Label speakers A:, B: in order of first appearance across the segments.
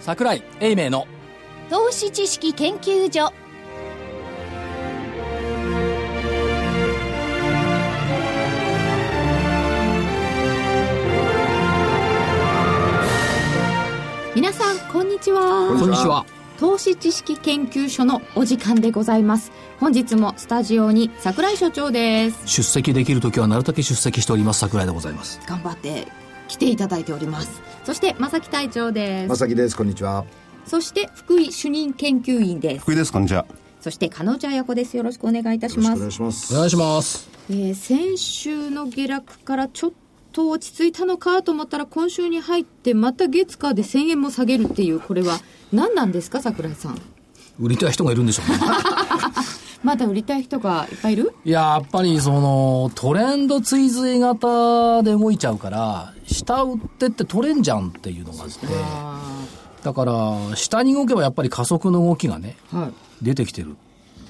A: 桜井英明の
B: 投資知識研究所皆さんこんにちは
A: こんにちは
B: 投資知識研究所のお時間でございます本日もスタジオに桜井所長です
A: 出席できる時はなるだけ出席しております桜井でございます
B: 頑張って来ていただいておりますそして正木隊長です
C: まさきですこんにちは
B: そして福井主任研究員です
D: 福井ですこんにちは
B: そして加納彩子ですよろしくお願いいたし
C: よろしく
B: ま
C: お願
B: す
C: いします
A: お願いします
B: えー先週の下落からちょっと落ち着いたのかと思ったら今週に入ってまた月火で1000円も下げるっていうこれは何なんですか桜井さん
A: 売りたい人がいるんでしょうね
B: まだ売りたい人がいっぱいいる
A: いややっぱりそのトレンド追随型で動いちゃうから下売ってって取れんじゃんっていうのがあって
B: あ
A: だから下に動けばやっぱり加速の動きがね
B: あはい
A: 出てきてる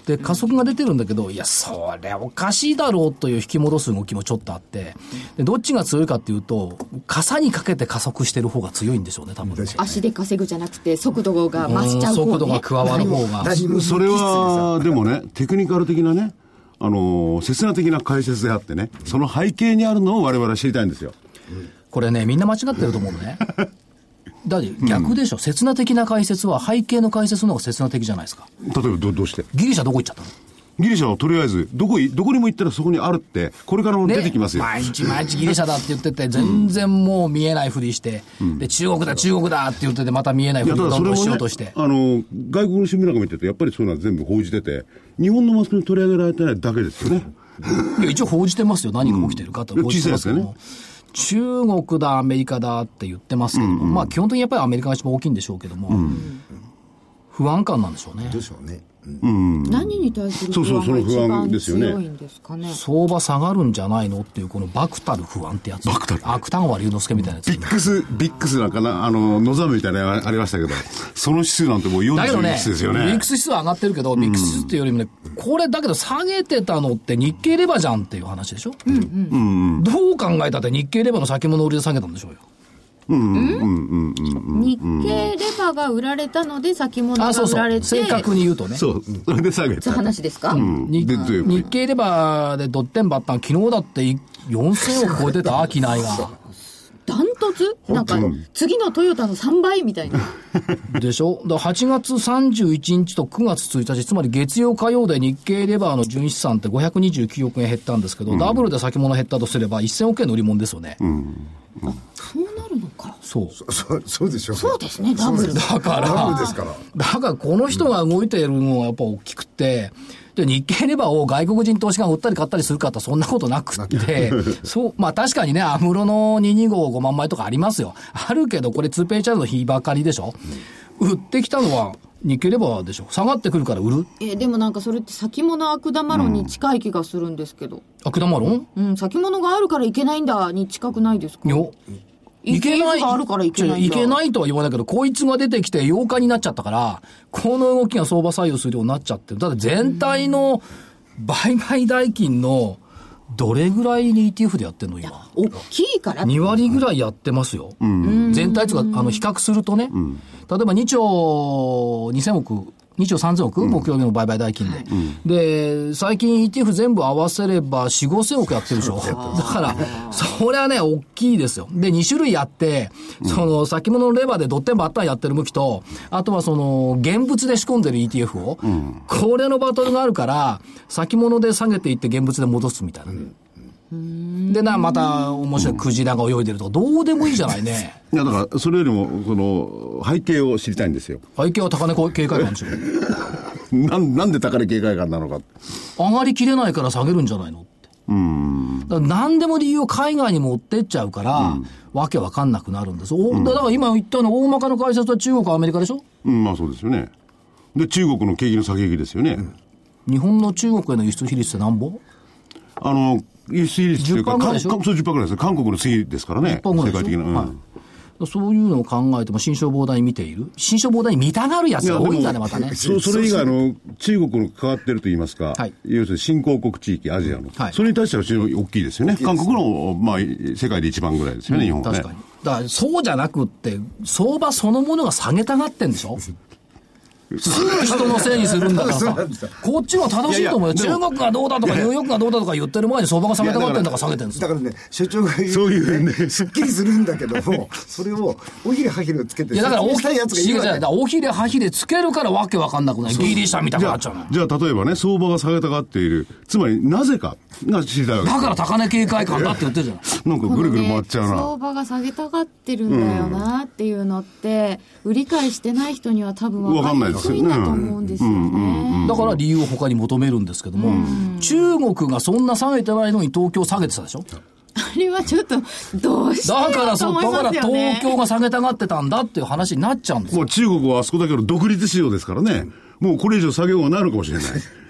A: で加速が出てるんだけど、いやそれおかしいだろうという引き戻す動きもちょっとあってでどっちが強いかっていうと傘にかけて加速してる方が強いんでしょうね多分ね
B: 足で稼ぐじゃなくて速度が増しちゃう方、ね、
A: 速度が加わる方が、
C: 何も
D: それはでもねテクニカル的なねあのー刹那的な解説であってねその背景にあるのを我々は知りたいんですよ
A: これねみんな間違ってると思うのねだって逆でしょ、刹那的な解説は背景の解説の方が刹那的じゃないですか
D: 例えばどどうして
A: ギリシャどこ行っちゃったの
D: ギリシャはとりあえずどこいどこにも行ったらそこにあるってこれからも
A: ね
D: 出てきますよ、
A: 毎日毎日ギリシャだって言ってて、全然もう見えないふりして、で、中国だ、中国だって言ってて、また見えない
D: い
A: ふり
D: や
A: を
D: ただ
A: ど
D: そ
A: ん
D: れ
A: ど
D: も
A: ん
D: ね
A: しようとして。
D: あのー外国の新聞なんか見てるとやっぱりそういうのは全部報じてて日本のマスコミに取り上げられてないだけですよね
A: いや一応報じてますよ、何が起きてるかと、
D: うん
A: 報じてますけども。中国だ、アメリカだって言ってますけども、まあ基本的にやっぱりアメリカが一番大きいんでしょうけども、不安感なんでしょうね。
C: でしょうね
B: 何に対する
D: そうそうその
B: 不
D: 不
B: 安が
D: 安で
B: 一
D: すよね
B: 番強いんですかね
A: 相場下がるんじゃないのっていう、このバクたる不安ってやつ。バクたる芥川龍之介みたいなやつ。
D: ビックスビックスなんかなあの野ざめみたいなのがありましたけどその指数なんてもう
A: だけど
D: 40
A: ね、
D: ですよ
A: ビ
D: ね
A: ックス指数は上がってるけど、ビックス指数っていうよりもね、これだけど下げてたのって日経レバじゃんっていう話でしょ、どう考えたって日経レバの先物売りで下げたんでしょうよ。
B: 日経レバが売られたので先物が
A: あ、そう
B: 売ら
A: そ
B: れ
A: う。
B: て
A: 正確に言うとね。
D: そうそれで下げ
B: って
D: た
B: 話ですか、
A: に
D: でどういうこと
A: 日経レバーでドッテンバッタン、昨日だって4000を超えて た、機内が。
B: ダントツなんか
D: 本当に
B: 次のトヨタの3倍みたいな
A: でしょ だから8月31日と9月1日、つまり月曜火曜で日経レバーの純資産って529億円減ったんですけど、ダブルで先物減ったとすれば1000億円の売り物ですよね。
B: そうなるのか
A: そう。
C: そうそうでしょう
B: そうですねダブル
A: だから、
C: ダブルですから
A: だからこの人が動いてるのはやっぱ大きくて、で日経レバーを外国人投資家が売ったり買ったりするかってそんなことなくって、そう、まあ確かにね、アムロの225 5万枚とかありますよ。あるけど、これ2ペーチャートの日ばかりでしょ。売ってきたのは日経レバーでしょ。下がってくるから売る。
B: えーでもなんかそれって先物悪玉論に近い気がするんですけど、
A: 悪玉論
B: うん先物があるからいけないんだに近くないですか
A: よ。
B: いけないがあるからいけないんだ
A: いけないとは言わないけど、こいつが出てきて8日になっちゃったから、この動きが相場左右するようになっちゃってる。だって全体の売買代金のどれぐらいに ETF でやってんの今。
B: 大きいから
A: 2割ぐらいやってますよ。全体というか、あの、比較するとね、例えば2兆2000億、2兆3000億、目標の売買代金で。で、最近 ETF 全部合わせれば4、5000億やってるでしょ。だから、それはね、大きいですよ。で、2種類やって、その、先物のレバーでドッテンバッタンやってる向きと、あとはその、現物で仕込んでる ETF を、これのバトルがあるから、先物で下げていって現物で戻すみたいな。でな、また面白いクジラが泳いでるとか、どうでもいいじゃないね。
D: いやだからそれよりもこの背景を知りたいんですよ
A: 背景は高値警戒感でしょ。
D: なんなんで高値警戒感なのか
A: 上がりきれないから下げるんじゃないのって。だから何でも理由を海外に持ってっちゃうから、わけわかんなくなるんです。おだから今言ったような大まかの解説は中国、アメリカでしょ
D: うんまあそうですよねで中国の景気の先行きですよね、
A: 日本の中国への輸出比率って何本
D: あの輸出率というか
A: 10%ぐらいで
D: か
A: しょ
D: そう10%ぐらいです韓国の次ですからね
A: 本ぐら
D: 世
A: いでしょ
D: 界的な、うん
A: はいそういうのを考えても、新商膨大に見ている。新商膨大に見たがるやつが多いんだね、またね。
D: そそれ以外の中国の関わってると言いますか、
A: はい
D: 要するに新興国地域、アジアの、
A: はい
D: それに対しては非常に大きいですよね、韓国の、まあ、世界で一番ぐらいですよね、日本はね。
A: 確かに。だからそうじゃなくって、相場そのものが下げたがってんでしょすぐ人のせいにするんだから
C: そう
A: さ
C: なんですよ、
A: こっちは正しいと思うよ。
D: いやいやで
A: 中
D: も
A: 国がどうだとか、ニューヨークがどうだとか言ってる前に相場が下げたがってんだから下げてるんです
C: だ
A: よ。
C: からね、所長が言う、
D: そういうね
C: すっきりするんだけども、それを、おひれはひれをつけて、
A: いやだから大き
C: 説明したいやつがい
A: 違う違
C: る
A: う
C: わけ
A: だから大ひれはひれつけるからわけわかんなくない。ギリシャみたいに
D: じゃ
A: な
D: あ、
A: っちゃうの。
D: じゃあ例えばね、相場が下げたがっている。つまり、なぜかが知りたいわけ
A: だから高値警戒感だって言ってるじゃん。
D: なんかぐるぐる回っちゃ
B: こ
D: う
B: の
D: な
B: ね。相場が下げたがってるんだよなっていうのって、売り買いしてない人には多分分かりにくいんだと思うんですよね。
A: だから理由を他に求めるんですけども、中国がそんな下げてないのに東京下げてたでしょ
B: あれはちょっと、どうして
A: だ
B: よ
A: から
B: と
A: そう、
B: 思い
A: だ
B: ます
A: か
B: よ
A: ら
B: ね。
A: 東京が下げたがってたんだっていう話になっちゃうんですよ。
D: もう中国はあそこだけの独立市場ですからね。もうこれ以上下げようがないのかもしれない。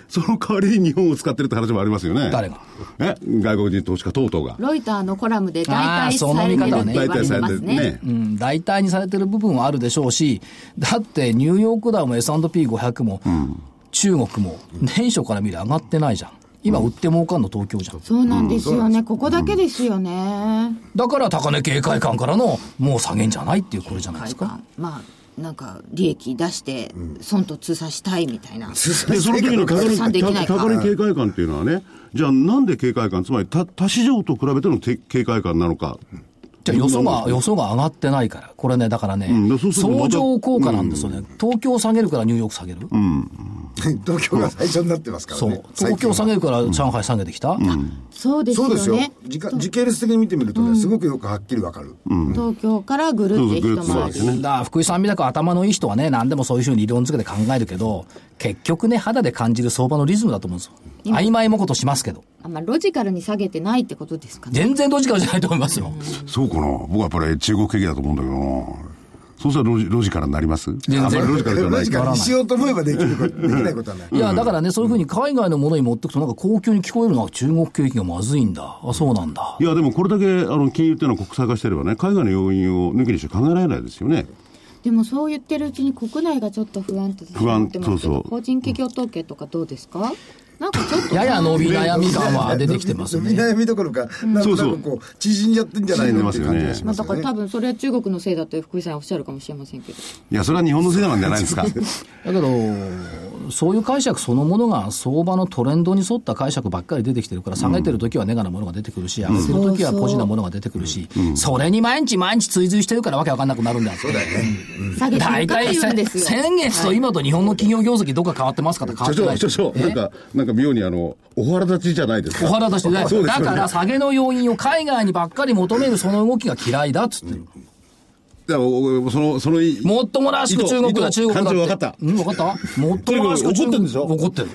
D: その代わりに日本を使ってるって話もありますよね。
A: 誰が
D: え外国人投資家等々が。
B: ロイターのコラムで
A: あ
B: 代
A: ー
B: 替
A: その
B: され
A: 見
B: てる
A: 方
B: っ
A: ね
B: て言われてますね。
D: ね
A: うん、代替にされてる部分はあるでしょうし、だってニューヨークダウも S&P500 も、中国も、年初から見れば上がってないじゃん。今売って儲かんの東京じゃん。
B: そうなんですよね、ここだけですよね。
A: だから高値警戒感からの、もう下げんじゃないっていうこれじゃないですか。
B: まあ、なんか、利益出して、損と通算したいみたいな。
D: で、その時の高
B: 計算でき
D: 値
B: ないか
D: 高値警戒感っていうのはね、じゃあなんで警戒感、つまり他他市場と比べてのて警戒感なのか。
A: じゃあ予想が、予想が上がってないから。これね、だからね、
D: んそうするとまた
A: 相乗効果なんですよね。東京下げるからニューヨーク下げる。
C: 東京が最初になってますから
A: そ
C: ね
A: う。。東京下
C: げ
A: げるから上海下げてきた。
B: そうです
C: そ
B: よ
C: うですよ
B: ね。
C: 時間時系列的に見てみるとね、すごくよくはっきりわかる。
B: 東京からぐるって一
D: そう
B: 回
D: で
B: り
D: す。ね。
A: だから福井さんみたく頭のいい人はね、何でもそういうふうに理論付けて考えるけど、結局ね、肌で感じる相場のリズムだと思うんですよ。曖昧もことしますけど。
B: あんまロジカルに下げてないってことですかね。
A: 全然ロジカルじゃないと思いますよ。
D: そうかな。僕はやっぱり中国的だと思うんだけどな。そうしたらロジロジカルになります
A: 然
D: あんまりロジカルじゃな
C: ロ
D: い
C: ジ。 カルにしようと思えばできること、できないことはない。
A: いや、だからね、そういうふうに海外のものに持ってくと、なんか高級に聞こえるのは中国景気がまずいんだ。あ、そうなんだ
D: い。や、でもこれだけ、あの、金融っていうのは国際化してればね、海外の要因を抜きにして考えられないですよね。
B: でもそう言ってるうちに国内がちょっと不安と
D: 不安
B: なってますけど
D: そうそう
B: 個人企業統計とかどうですかなんかちょっと
A: やや伸び悩み感は出てきてますよ
C: 伸び
A: ね。
C: 悩みどころか、なんとなくこう、縮んじゃってんじゃないのっていう感じがし
B: ま
C: ま
B: あ
C: す
B: だ
C: よ
B: から
C: ね。
B: 多分それは中国のせいだと福井さんおっしゃるかもしれませんけど
D: いや、それは日本のせいなんじゃないですか。
A: だけど、そういう解釈そのものが相場のトレンドに沿った解釈ばっかり出てきてるから、下げてる時はネガなものが出てくるし、上げてる時はポジなものが出てくるし、それに毎日毎日追随してるからわけわかんなくなるんだって。
B: 下げてる
A: 大
B: かっ
A: 体
B: て言うん
A: 先
B: ですよ
A: 先月と今と日本の企業業績どっか変わってますかって変わってない。
D: 長、なんか、なんか妙にあの、お腹立ちじゃないです
A: お腹出してない。
D: そうで
A: だ
D: すよね
A: から下げの要因を海外にばっかり求めるその動きが嫌いだっつってる。
D: だからおおその、その、
A: もっともらしく中国だ
D: 意図
A: 中国だって。
D: 感情分かった
A: うん、分かったもっともらしく中国
D: とにかく怒ってんでしょ
A: 怒ってる。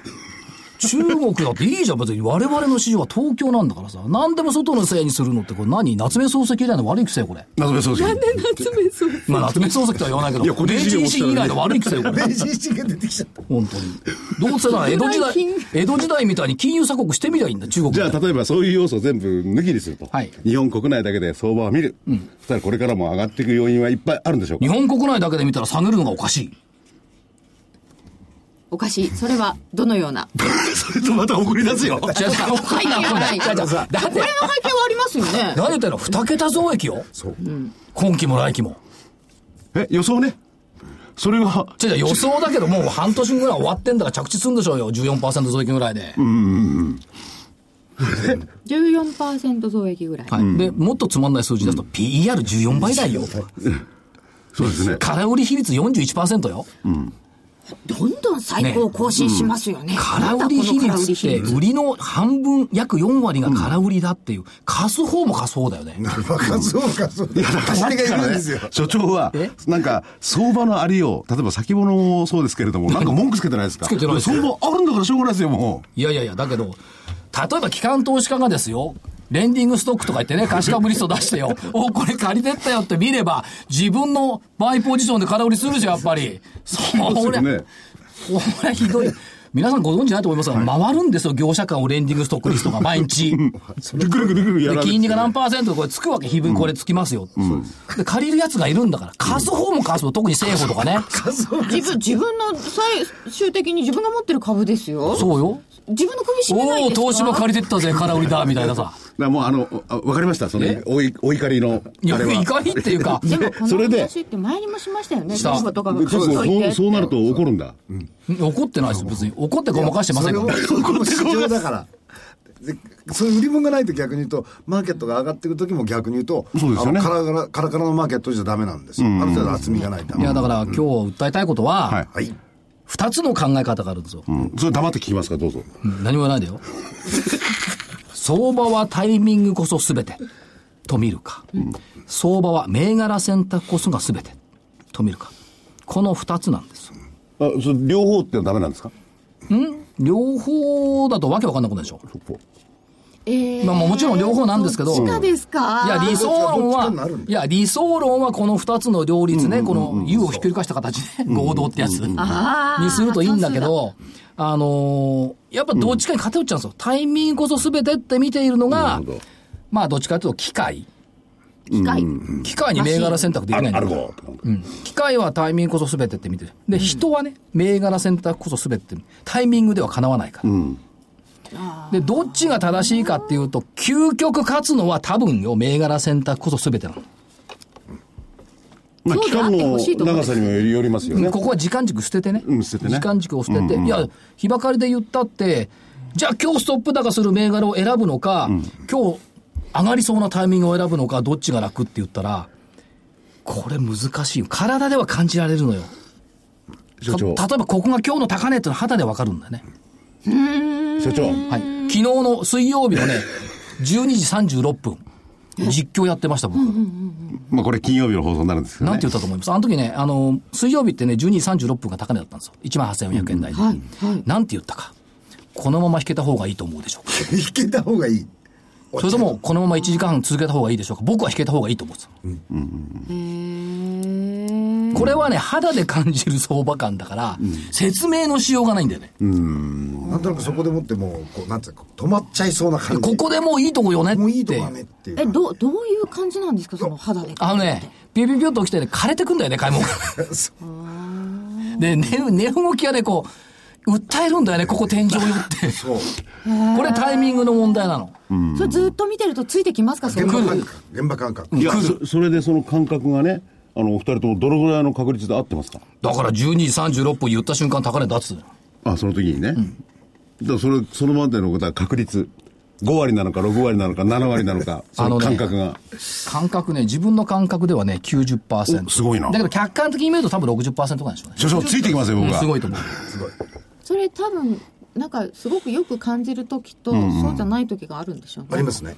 A: 中国だっていいじゃん、別に。我々の市場は東京なんだからさ。何でも外のせいにするのって、これ何夏目漱石以来の悪い癖よ、これ。
D: 謎めそうですよ。
B: 夏目漱石
A: まあ、夏目漱石とは言わないけど、
D: いや個人
A: 明
D: 資
A: 治
D: 料
A: 維新以来の悪い癖よ、こ れ。
C: 明治維新が出てきちゃった。
A: 本当に。どうせなら江戸時代、江戸時代みたいに金融鎖国してみりゃいいんだ、中国み
D: じ
A: た
D: ゃ
A: いに
D: あ、例えばそういう要素を全部抜きにすると。
A: はい
D: 日本国内だけで相場を見る。そしたらこれからも上がっていく要因はいっぱいあるんでしょう
A: 日
D: か。
A: 本国内だけで見たら下げるのがおかしい。
B: おかしいそれはどのような
D: それとまた怒り出すよ。
A: 違う違う
B: 背景はない
A: 違う違うだって、
B: これの背景はあります よね
A: 何言ってんの ?2 桁増益よ。今期も来期も。
D: え、予想ね。それが、
A: 違う違う予想だけど、もう半年ぐらい終わってんだから着地するんでしょうよ。14%増益ぐらいで。
B: 14%増益ぐらい、
A: はい。で、もっとつまんない数字出すと、PER14 倍だよ。
D: そうですね。
A: 空売り比率41%よ。
B: どんどん最高を更新しますよね
A: 空売り比率って、売りの半分、約4割が空売りだっていう、貸す方も貸す方だよね。
C: なるほど、そうか、そうか。いや、だ
D: さっきから
C: がいるん
D: ね
C: ですよ。
D: 所長は
A: え、
D: なんか、相場のありよう、例えば先物もそうですけれども、なんか文句つけてないですか
A: つけてないですよ
D: 相場あるんだからしょうがないですよ、もう。
A: いやいやいや、だけど、例えば機関投資家がですよ、レンディングストックとか言ってね、貸し株リスト出して よ、おこれ借りてったよって見れば、自分のバイポジションで空売りするでしょ、やっぱり。そ
D: そう
A: りゃ、
D: ですよね
A: これひどい。皆さんご存知ないと思いますが、回るんですよ、業者間をレンディングストックリストが毎日。
D: ぐるぐるぐるぐるや
A: で
D: られて
A: 金利が何パーセントでこれつくわけ、非分これつきますよ。で、借りるやつがいるんだから、貸す方も貸す方、特に政府とかね。
B: 自分自分の最終的に自分が持ってる株ですよ
A: そうよ。
B: 自分の首絞めない
A: お
B: ん
A: お、
B: ですか
A: 投資も
B: り
A: 借りてったぜ、空売りだ、みたいなさ。
D: らもうあの、あわかりましたその
A: え、
D: おい、お怒りの、
A: いや
D: あれは。
A: 怒りっていうか
B: でもこ
D: そ
B: の
D: れで
B: 話って前にもしましたよね
A: した
B: 弁護とかが
D: そう
B: 書いとい
D: そ
B: て
D: う、そうなると怒るんだ。
A: 怒ってないです別に怒ってごまかしてませんから
C: それも市場だから。でそういう売り物がないと逆に言うと、マーケットが上がっていく時も逆に言うと、
D: そうですよね
C: あのカラカラカラカラのマーケットじゃダメなんですよ。ある程度厚みがないと。
A: いやだから今日訴えたいこと
D: は。
A: はい
C: はい。
A: 2つの考え方があるんですよ
D: うんそれ黙って聞きますから、どうぞ。
A: うん何も言わないでよ相場はタイミングこそ全てと見るか、相場は銘柄選択こそが全てと見るかこの2つなんです
D: あ、それ両方ってのはダメなんですか
A: 両方だとわけわかんなくないでしょ
B: えー
A: まあもちろん両方なんですけど
B: どっちかですか
A: いや、理想論
C: どっちかになる
A: は
C: ん、だ
A: いや、理想論はこの二つの両立ね、この U をひっくり返した形ね、合同ってやつ、
B: あー
A: にするといいんだけど、あのーやっぱどっちかに偏っちゃうんですよ。タイミングこそ全てって見ているのが、まあどっちかというと機械。
B: 機械
A: 機械に銘柄選択できないんだ
D: ア
A: よ
D: ルゴとか
A: うん機械はタイミングこそ全てって見てる。で、人はね、銘柄選択こそ全てって、タイミングではかなわないから。で、どっちが正しいかっていうと、究極勝つのは多分よ、銘柄選択こそ全てなの。
D: まあ、
B: そう
D: 期
B: であ
D: 間
B: って
D: の
B: ほしいと思うん
D: 長
B: です
D: さにもよりよりますよね。
A: ここは時間軸捨ててね。
D: うん捨ててね
A: 時間軸を捨てて。いや、日ばかりで言ったって、じゃあ今日ストップ高する銘柄を選ぶのか、今日上がりそうなタイミングを選ぶのか、どっちが楽って言ったら、これ難しいよ。体では感じられるのよ。
D: 所
A: た例え
D: 長、
A: ばここが今日の高値っていうのは肌でわかるんだよね。
D: 所長、
A: はい。昨日の水曜日のね、12時36分、実況やってました、僕。
D: まあこれ金曜日の放送になるんですけど
A: なん
D: ね
A: て言。ったと思いますあの時ね、あの、水曜日ってね、12時36分が高値だったんですよ。1万8400円台で。
B: はいはい
A: なんて言ったか。このまま引けた方がいいと思うでしょうか。
C: 引けた方がいい。
A: それとも、このまま1時間半続けた方がいいでしょうか。僕は引けた方がいいと思うんですよ。
B: へー
A: これはね、肌で感じる相場感だから、説明のしようがないんだよね。
C: なんとなくそこでもってもう、こう、なんていうか、止まっちゃいそうな感じ。
A: ここでもういいとこよねって。
C: もういいとこはねっていう。
B: えどどういう感じなんですかその肌で
A: あのね、ピュピュピュっと起きてね、枯れてくんだよね、買い物が。で、値、値動きがね、こう、訴えるんだよね、ここ天井よって。
C: そう。
A: これタイミングの問題なの。
B: それずっと見てるとついてきますかそ
C: 現
B: の
C: 場感覚。現場感覚。
D: いや、そそれでその感覚がね、あの、お二人ともどのぐらいの確率で合ってますか
A: だから12時36分言った瞬間高値脱。
D: あ、その時にね。だからそれ、そのまでのことは確率。5割なのか6割なのか7割なの か、その
A: あの
D: 感
A: ね
D: 覚が。
A: 感覚ね、自分の感覚ではね、90%。
D: おすごいな
A: だけど客観的に見ると多分60%ぐらいでしょうね。
D: 所長、ついてきますよ、僕は。
A: すごいと思う。
B: それ多分なんかすごくよく感じる時とそうじゃない時があるんでしょうね
C: ありますね。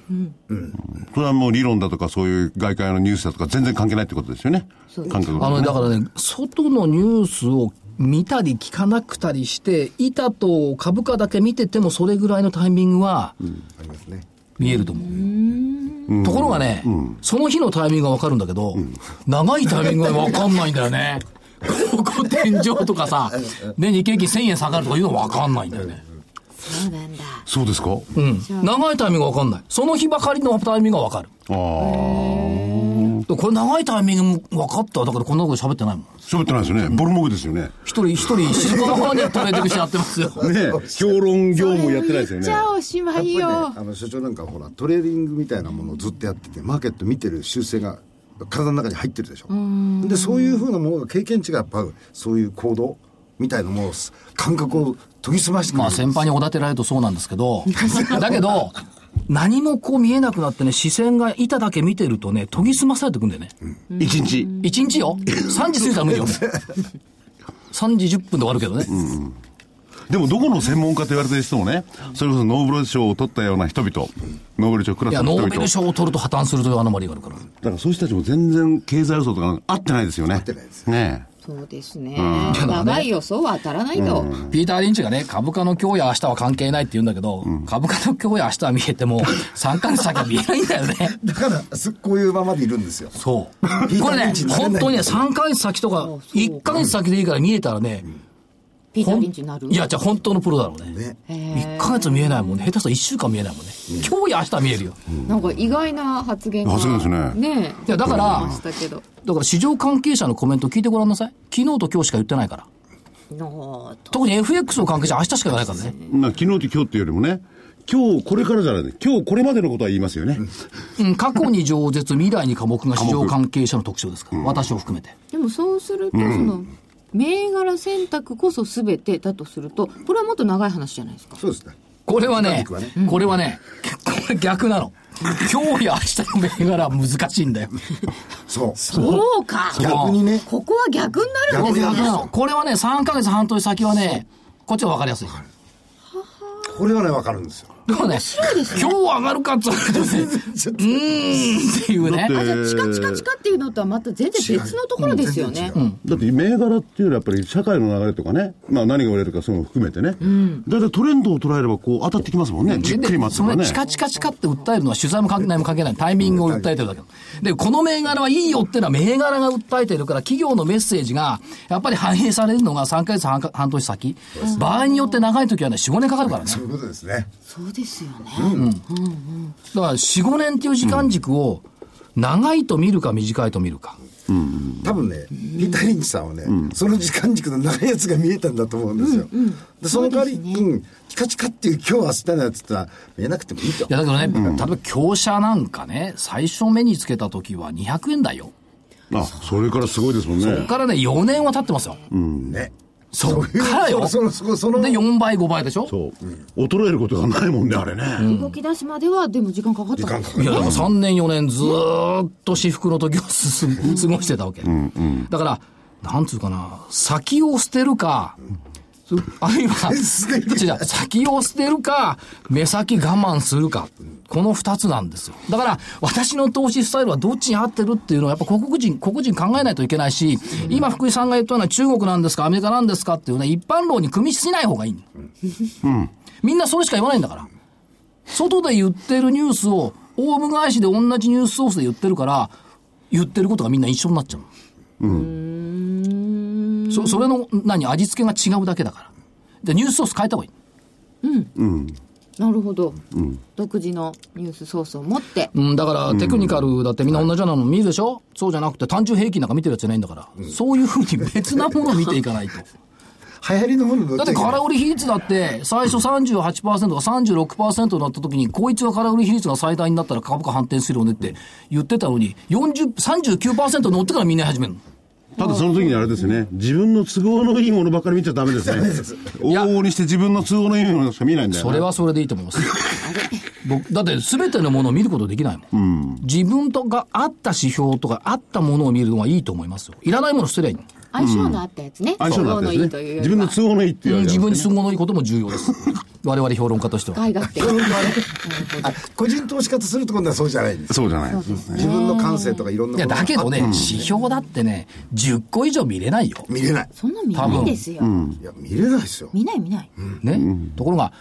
D: これはもう理論だとかそういう外界のニュースだとか全然関係ないってことですよね。感覚
A: あの、
D: ね
A: だからね、外のニュースを見たり聞かなくたりして、板と株価だけ見ててもそれぐらいのタイミングは
C: ありますね。
A: 見えると思う。ところがね、その日のタイミングがわかるんだけど、長いタイミングがわかんないんだよね。 ここ天井とかさ、で、日経平均1000円下がるとかいうのわかんないんだよね。
B: そうなんだ
D: そうですか、
A: うん長いタイミングが分かんない。その日ばかりのタイミングが分かる。
D: ああ。
A: これ長いタイミングも分かった。だからこんなこと喋ってないもん。
D: 喋ってないですよね。ボルモグですよね。ね
A: 一人一人静かな方にトレーディングしてやってますよ。
D: 評論業務やってないですよね
B: じ。ゃあおしまい
C: やっぱり
B: よ
C: ね、あの所長なんかほらトレーディングみたいなものをずっとやっててマーケット見てる習性が体の中に入ってるでしょでそういうふうなものが経験値がやっぱそういう行動みたいなものをす感覚を研ぎ澄ましてくれ
A: ま
C: る
A: あ先輩におだてられるとそうなんですけ ど、だけど、何もこう見えなくなってね、視線が板だけ見てるとね、研ぎ澄まされてくんだよね。
D: 一日。
A: 一日よ ?3 時過ぎたら無理 よ。3時10分で終わるけどね。
D: でもどこの専門家と言われてる人もね、それこそノーベル賞を取ったような人々、ノーベル賞クラ
A: い
D: ス
A: や、
D: の
A: ノー
D: 人
A: ベ
D: 々。
A: ル
D: だ
A: 賞を取ると破綻するというアノマリーがあるから。
D: からそういう人たちも全然経済予想とか合ってないですよね。合って
C: ないです
D: ねえ。
B: そうですね
A: うん
B: 長い予想は当たらないと
A: ピーター・リンチがね、株価の今日や明日は関係ないって言うんだけど、株価の今日や明日は見えても、3ヶ月先は見えないんだよね。
C: だからすこういうままでいるんですよ
A: そう。 これね、本当にね、3ヶ月先とか、1ヶ月先でいいから見えたらね、
B: ピータ
A: ほ
B: ー・
A: ん
B: リンチになる
A: いや、じゃあ本当のプロだろうね。1
C: ね
A: ヶ月見えないもんね。下手したら1週間見えないもんね。今日や明日は見えるよ。
B: なんか意外な発言が
D: 発言ですね
B: ねえ
A: いやだから
B: 出てましたけど
A: だから市場関係者のコメント聞いてごらんなさい。昨日と今日しか言ってないから。
B: の
A: 特に FX の関係者は明日しか言わないからね。
D: まあ昨日と今日っていうよりもね、今日これからじゃないね。今日これまでのことは言いますよね。
A: うん、過去に饒舌、未来に寡黙が市場関係者の特徴ですから、私を含めて。
B: でもそうすると、その、銘柄選択こそ全てだとすると、これはもっと長い話じゃないですか。
C: そうですね。
A: これはね
C: 肉はね、
A: これはね、これ逆なの。今日や明日の銘柄は難しいんだよ。
C: そう。
B: そうか
A: う
C: 逆にね。
B: ここは逆になるんですよ
A: 逆
B: ね。
A: なの。これはね、3ヶ月半年先はね、こっちは分かりやすい。
C: これはね、わかるんですよ。
A: でもね、今日上がるかっつうとね、う ーんっていうね。
B: あ、じゃあ、チカチカチカっていうのとはまた全然別のところですよ
C: 全
B: ね
C: 然。違う
D: だって銘柄っていうのはやっぱり社会の流れとかね、まあ何が売れるかそういうのを含めてね、だいたいトレンドを捉えればこう当たってきますもんね、じっくり待つ
A: そ
D: とか
A: れ
D: ね。
A: チカチカチカって訴えるのは取材も関係ないも関係ない。タイミングを訴えてるだけ。で、この銘柄はいいよってのは銘柄が訴えてるから、企業のメッセージが、やっぱり反映されるのが3ヶ月半か半年先。場合によって長い時はね、4、5年かかるからね。
C: そういうことですね。
B: そうですよね。
A: だから4、5年っていう時間軸を、長いと見るか短いと見るか。
C: 多分ね、ピーター・リンチさんはね、その時間軸の長いやつが見えたんだと思うんですよ。でその代わり、うん、チカチカっていう今日明日のやつってのは見えなくてもいいと
A: い。やだけどね、例えば強者なんかね、最初目につけた時は200円だよ。
D: あ、それからすごいですもん
A: そ
D: ね
A: こ。からね、4年は経ってますよ。
C: ね。
A: そっからよ。
C: そのそのその
A: で、4倍、5倍でしょ
D: そう、衰えることがないもんね、あれね。
B: 動き出しまでは、でも時間かかったんです
A: いや、だから3年、4年、ずーっと私服の時を進む過ごしてたわけ。だから、なんつうかな、先を捨てるか、そあるい は、違う先を捨てるか、目先我慢するか、この2つなんですよ。だから、私の投資スタイルはどっちに合ってるっていうのは、やっぱ国人、国人考えないといけないし、今、福井さんが言ったような中国なんですか、アメリカなんですかっていうね、一般論に組みしない方がいいの。みんなそれしか言わないんだから。外で言ってるニュースを、オウム返しで同じニュースソースで言ってるから、言ってることがみんな一緒になっちゃう。うん。そ、それの、何、味付けが違うだけだから。で、ニュースソース変えた方がいい。
B: なるほど。独自のニュースソースを持って。
A: うん、だから、テクニカルだってみんな同じようなの見るでしょそうじゃなくて、単純平均なんか見てるやつじゃないんだから、そういうふうに別なものを見ていか ないと。
C: 流行りのものに乗
A: だっ
C: ち
A: て
C: ゃいけない
A: 空売り比率だって、最初38%か36%になった時に、こいつが空売り比率が最大になったら株価反転するよねって言ってたのに、40、39%乗ってからみんな始めるの。
D: ただその時にあれですね、自分の都合のいいものばっかり見ちゃダメですね。往々にして自分の都合のいいものしか見ないんだよ、ね。
A: それはそれでいいと思い ます。僕、だって全てのものを見ることできないもん。自分とがあった指標とかあったものを見るのはいいと思いますよ。いらないもの捨てりゃいいの。
B: 相性のあったやつね。
D: 相性だった
B: の
D: です
B: い
D: ね
B: いという。よ
D: 自
B: り
D: 分
B: は
D: の都合のいいっていう
A: う
D: わ
A: ん
D: けじゃ
A: 自分
D: なく
A: に
D: て
A: 都合のいいことも重要です。我々評論家としては。
B: 使い勝手。
C: あ個人投資家とすると今度はそうじゃないんです。
D: そうじゃない。
C: 自分の感性とかいろんない
A: や、
C: ものが
A: だけどね、指標だってね、10個以上見れないよ。
C: 見れない。
B: そんな見ないですよ。
C: いや、見れないですよ。
B: 見ない見ない。
A: ね。ところが、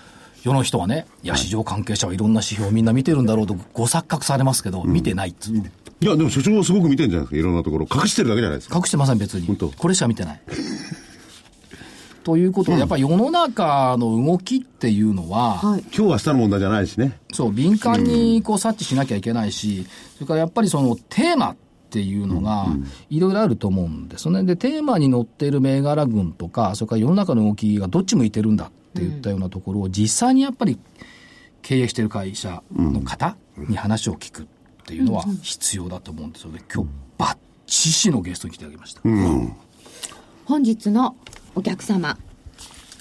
A: 世の人はね、いや、市場関係者はいろんな指標をみんな見てるんだろうと、ご錯覚されますけど、見てないっつう
D: いや、でも所長はすごく見てんじゃないですか。いろんなところ。隠してるだけじゃないですか。
A: 隠してません別に
D: 本当
A: これしか見てないということでやっぱり世の中の動きっていうのは、
B: はい。
D: 今日は下の問題じゃないしね。
A: そう敏感にこう察知しなきゃいけないし、それからやっぱりそのテーマっていうのがいろいろあると思うんですよね。でテーマに載っている銘柄群とかそれから世の中の動きがどっち向いてるんだっていったようなところを実際にやっぱり経営している会社の方に話を聞くっていうのは必要だと思うんですよね。今日バッチシのゲストに来てあげました。
B: 本日のお客様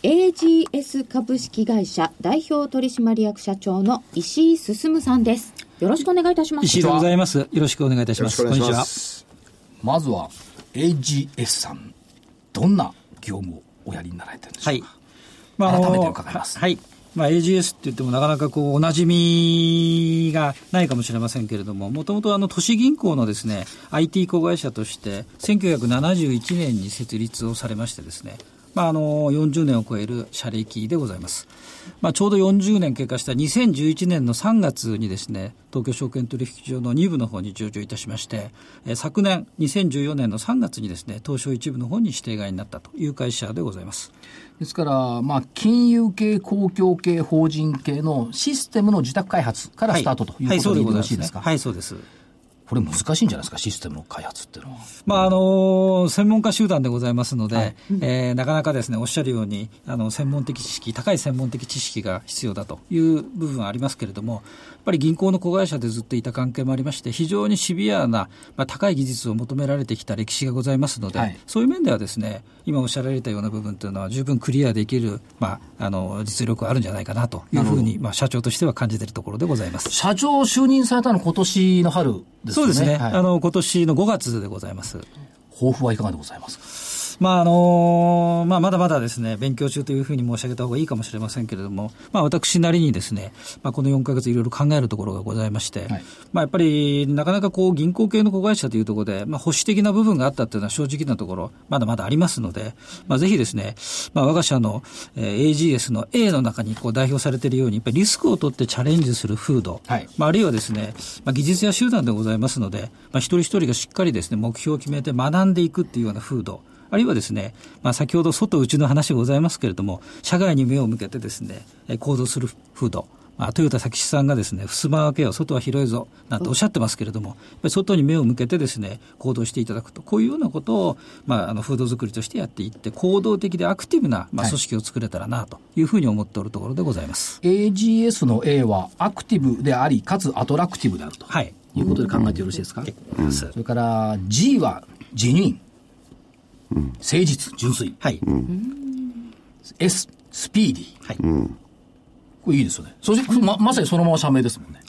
B: AGS 株式会社代表取締役社長の石井進さんですよろしくお願いいたします
E: 石井でございます。よろしくお願いいたし
C: よろ
E: ま
C: しく
E: す。
C: お願いし
E: こん
C: ま
E: にち
C: す。
A: まずは AGS さん、どんな業務をおやりになられてるんでし
E: は。は
A: ょう
E: い
A: か。。
E: ま
A: 改めて
E: の
A: 伺います
E: はい。まあ、AGS って言ってもなかなかこう、おなじみがないかもしれませんけれども、もともとあの、都市銀行のですね、IT 子会社として、1971年に設立をされましてですね、まあ、あの、40年を超える社歴でございます。まあ、ちょうど40年経過した2011年の3月にですね、東京証券取引所の2部の方に上場いたしまして、えー昨年、2014年の3月にですね、東証1部の方に指定外になったという会社でございます。
A: ですから、まあ、金融系、公共系、法人系のシステムの自宅開発からスタートということでよろしいですか。
E: はい、そうです。
A: これ難しいんじゃないですか、システムの開発っていうのは。
E: まああの専門家集団でございますので、えーなかなかですねおっしゃるようにあの専門的知識高い専門的知識が必要だという部分はありますけれどもやっぱり銀行の子会社でずっといた関係もありまして非常にシビアな、まあ、高い技術を求められてきた歴史がございますので、
A: はい
E: そういう面ではですね今おっしゃられたような部分というのは十分クリアできる、まあ、あの実力はあるんじゃないかなというふうに、まあ、社長としては感じているところでございます。
A: 社長就任されたの今年の春です
E: そ
A: よね。
E: うですね、
A: はい
E: あの今年の5月でございます。
A: 抱負はいかがでございますか
E: まああのまあ、まだまだですね勉強中というふうに申し上げた方がいいかもしれませんけれども、まあ、私なりにですね、まあ、この4か月いろいろ考えるところがございまして、
A: はい
E: まあ、やっぱりなかなかこう銀行系の子会社というところで、まあ、保守的な部分があったというのは正直なところまだまだありますので、まあ、ぜひですね、まあ、我が社の、えー AGS の A の中にこう代表されているようにやっぱりリスクを取ってチャレンジする風土、
A: はい
E: まあ、あるいはですね、まあ、技術や集団でございますので、まあ、一人一人がしっかりですね、目標を決めて学んでいくっていうような風土、あるいはですね、まあ、先ほど外内の話ございますけれども、社外に目を向けてですね、えー行動する風土、まあ、トヨタ佐吉さんがですね、襖は開けよ、外は広いぞ、なんておっしゃってますけれども、やっぱり外に目を向けてですね、行動していただくと、こういうようなことを、まあ、あの、風土作りとしてやっていって、行動的でアクティブな、まあ、組織を作れたらな、というふうに思っておるところでございます。
A: ?AGS の A はアクティブであり、かつアトラクティブであると。
E: はい。
A: いうことで考えてよろしいですか、
E: ます
A: それから G は辞任、誠実、純粋。
E: はい。
A: S、スピーディー。
E: はい。
A: これいいですよね。そして、ま、まさにそのまま社名ですもんね。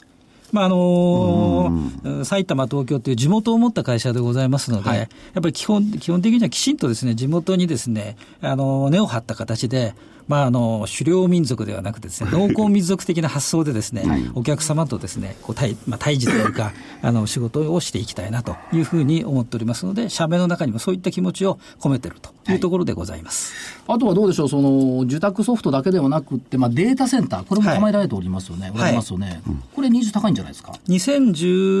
E: まああのー埼玉、東京という地元を持った会社でございますので、
A: はい
E: やっぱり基本基本的にはきちんとです、ね、地元にです、ね、あのー根を張った形で、まああのー狩猟民族ではなくてで す、ね、農耕民族的な発想でです、ねお客様とです、ね、こう対,、まあ、対峙というかあの、仕事をしていきたいなというふうに思っておりますので、社名の中にもそういった気持ちを込めているというところでございます。
A: あとはどうでしょう、その、受託ソフトだけではなくって、まあ、データセンター、これも
E: はい
A: 構えられておりますよね。おられますよね。これニーズ高いんじゃないですか
E: 2012年で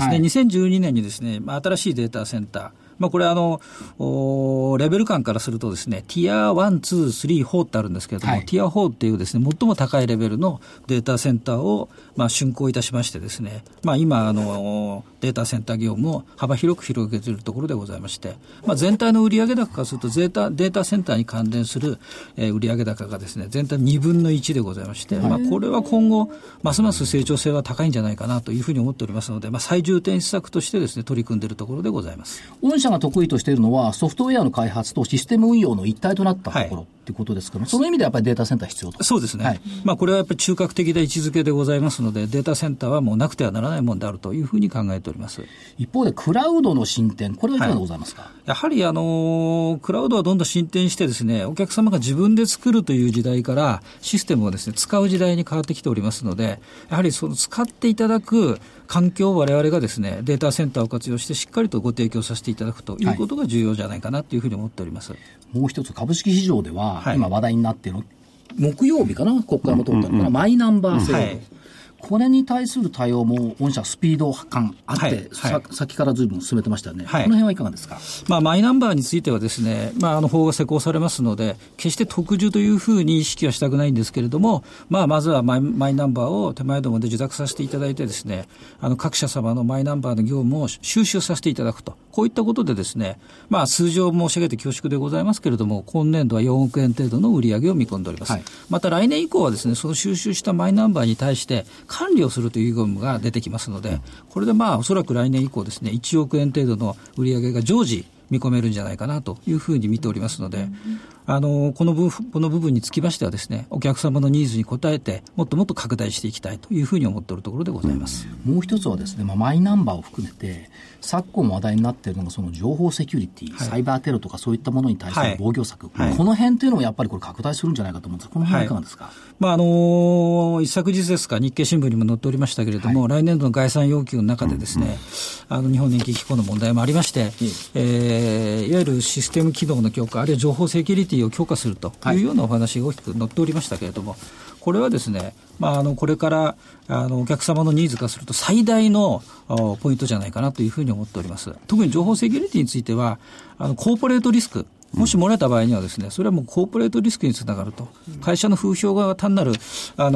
E: すね、
A: はい
E: 2012年にですね、まあ、新しいデータセンター、まあ、これあの、おーレベル感からするとですね、ティア1、2、3、4ってあるんですけれども、
A: はい
E: ティア4っていうですね、最も高いレベルのデータセンターを、まあ、竣工いたしましてですね、まあ、今、あの、データセンター業務を幅広く広げているところでございまして、まあ、全体の売上高からすると、データ、データセンターに関連する、えー売上高がですね、全体の2分の1でございまして、まあ、これは今後、ますます成長性は高いんじゃないかなというふうに思っておりますので、まあ、最重点施策としてですね、取り組んでいるところでございます。
A: 御社が得意としているのは、ソフトウェアの開発とシステム運用の一体となったところ
E: は
A: っていうことですけども、その意味でやっぱりデータセンター必要と。
E: そうですね、
A: はい
E: まあ、これはやっぱり中核的な位置づけでございますので、データセンターはもうなくてはならないものであるというふうに考えております。
A: 一方で、クラウドの進展、これはいかがでございますか、
E: やはりあのクラウドはどんどん進展してですね、お客様が自分で作るという時代からシステムをですね、使う時代に変わってきておりますので、やはりその使っていただく環境を我々がですね、データセンターを活用してしっかりとご提供させていただくということが重要じゃないかなというふうに思っております。
A: もう一つ、株式市場では、
E: はい
A: 今話題になっているの、木曜日かな、国会も通ったのかな、マイナンバー制度、
E: はい
A: これに対する対応も、御社、スピード感あって、
E: はいはい
A: さ先からずいぶん進めてましたよね、
E: はい
A: この辺はいかがですか。
E: まあ、マイナンバーについてはですね、まあ、あの法が施行されますので、決して特需というふうに意識はしたくないんですけれども、まあ、まずはマイマイナンバーを手前どもで受諾させていただいてですね、あの各社様のマイナンバーの業務を収集させていただくと、こういったことでですね、まあ、数字を申し上げて恐縮でございますけれども、今年度は4億円程度の売り上げを見込んでおります。
A: はい
E: また来年以降はですね、その収集したマイナンバーに対して管理をするという業務が出てきますので、これでまあおそらく来年以降ですね、1億円程度の売り上げが常時見込めるんじゃないかなというふうに見ておりますので、あの、この部分、この部分につきましてはですね、お客様のニーズに応えて、もっともっと拡大していきたいというふうに思っておるところでございます。
A: もう一つはですね、まあ、マイナンバーを含めて、昨今話題になっているのが、その情報セキュリティ、サイバーテロとかそういったものに対して
E: は
A: の
E: い
A: 防御策、
E: はい
A: この辺っていうのもやっぱりこれ拡大するんじゃないかと思うんですがこの辺はいかがですか、
E: まああの一昨日ですか、日経新聞にも載っておりましたけれども、来年度の概算要求の中で、ですね、あの日本年金機構の問題もありまして、えーいわゆるシステム機能の強化、あるいは情報セキュリティを強化するというようなお話が大きく載っておりましたけれども、これはですね、まあ、あのこれからあのお客様のニーズ化すると最大のおポイントじゃないかなというふうに思っております。特に情報セキュリティについては、あのコーポレートリスク、もし漏れた場合にはですね、それはもうコーポレートリスクにつながると。会社の風評が単なる、あ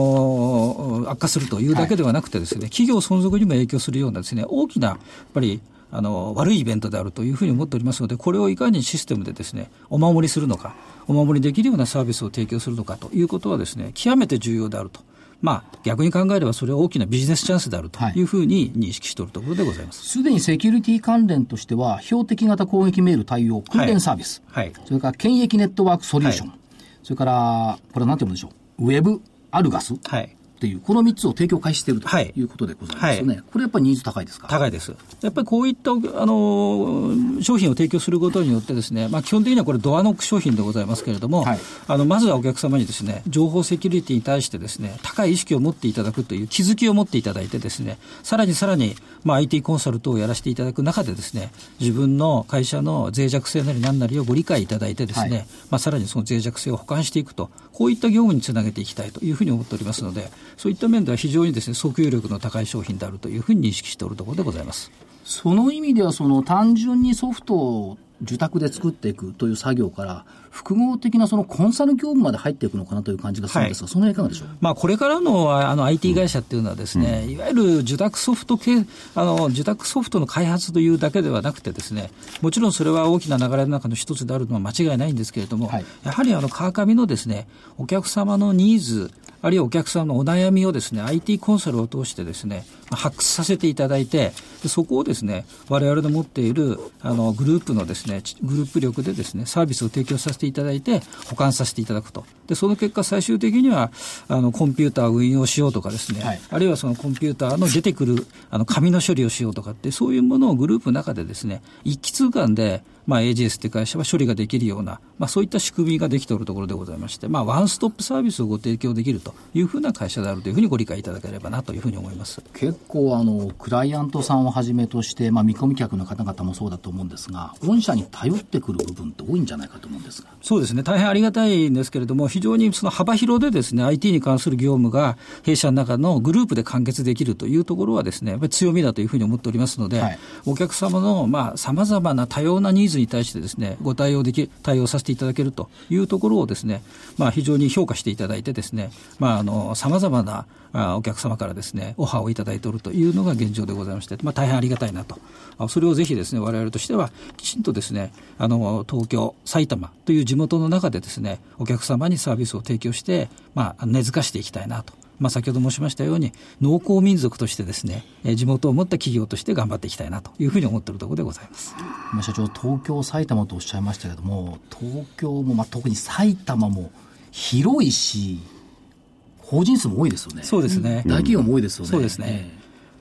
E: のー悪化するというだけではなくてですね、企業存続にも影響するようなですね、大きな、やっぱり、あの悪いイベントであるというふうに思っておりますので、これをいかにシステムでです、ね、お守りするのか、お守りできるようなサービスを提供するのかということはです、ね、極めて重要であると、まあ、逆に考えればそれは大きなビジネスチャンスであるというふうに認識しておるところでございます。
A: すでにセキュリティ関連としては、標的型攻撃メール対応訓練サービス、
E: はいはい
A: それから検疫ネットワークソリューション、
E: は
A: それから、これは何て読むんでしょう、ウェブアルガスっ
E: はい
A: ていう、この3つを提供開始していると
E: はい
A: いうことでございますよね。
E: は
A: これやっぱりニーズ高いですか
E: 高いです。やっぱりこういった、あのー商品を提供することによってですね、まあ基本的にはこれドアノック商品でございますけれども、
A: はい
E: あの、まずはお客様にですね、情報セキュリティに対してですね、高い意識を持っていただくという気づきを持っていただいてですね、さらにさらに、まあ IT コンサルトをやらせていただく中でですね、自分の会社の脆弱性なり何なりをご理解いただいてですね、
A: はい
E: まあさらにその脆弱性を補完していくと、こういった業務につなげていきたいというふうに思っておりますので、そういった面では非常にですね、訴求力の高い商品であるというふうに認識しておるところでございます。
A: その意味では、その単純にソフトを受託で作っていくという作業から、複合的なそのコンサル業務まで入っていくのかなという感じがするんですが、その辺いかがでしょう
E: まあ、これからのああの IT 会社っていうのはですね、いわゆる受託ソフト系、あの、受託ソフトの開発というだけではなくてですね、もちろんそれは大きな流れの中の一つであるのは間違いないんですけれども、
A: はい
E: やはりあの、川上のですね、お客様のニーズ、あるいはお客様のお悩みをですね、IT コンサルを通してですね、まあ発掘させていただいて、でそこをですね、我々の持っているあのグループのですね、ちグループ力でですね、サービスを提供させていただいて、保管させていただくと。で、その結果最終的には、あの、コンピューターを運用しようとかですね、
A: はい
E: あるいはそのコンピューターの出てくるあの紙の処理をしようとかって、そういうものをグループの中でですね、一気通貫で、まあ、AGS って会社は処理ができるような、まあ、そういった仕組みができておるところでございまして、まあ、ワンストップサービスをご提供できるというふうな会社であるというふうにご理解いただければなというふうに思います。
A: 結構あのクライアントさんをはじめとして、まあ、見込み客の方々もそうだと思うんですが御社に頼ってくる部分って多いんじゃないかと思うんですが
E: そうですね、大変ありがたいんですけれども、非常にその幅広でですね、IT に関する業務が弊社の中のグループで完結できるというところはですね、やっぱり強みだというふうに思っておりますので、
A: はい
E: お客様のまあ様々な多様なニーズに対してですね、ご対応でき、対応させていただけるというところをですね、まあ非常に評価していただいてですね、まああの、様々なあお客様からですね、オファーをいただいておるというのが現状でございまして、まあ大変ありがたいなと。あそれをぜひですね、我々としてはきちんとですね、あの、東京、埼玉という地元の中でですね、お客様にサービスを提供して、まあ根付かしていきたいなと。まあ、先ほど申しましたように、農耕民族としてですね、えー地元を持った企業として頑張っていきたいなというふうに思っているところでございます。
A: 今社長東京埼玉とおっしゃいましたけども東京も、まあ、特に埼玉も広いし法人数も多いですよね
E: そうですね。
A: 大企業も多いですよね、
E: そうですね
A: ええ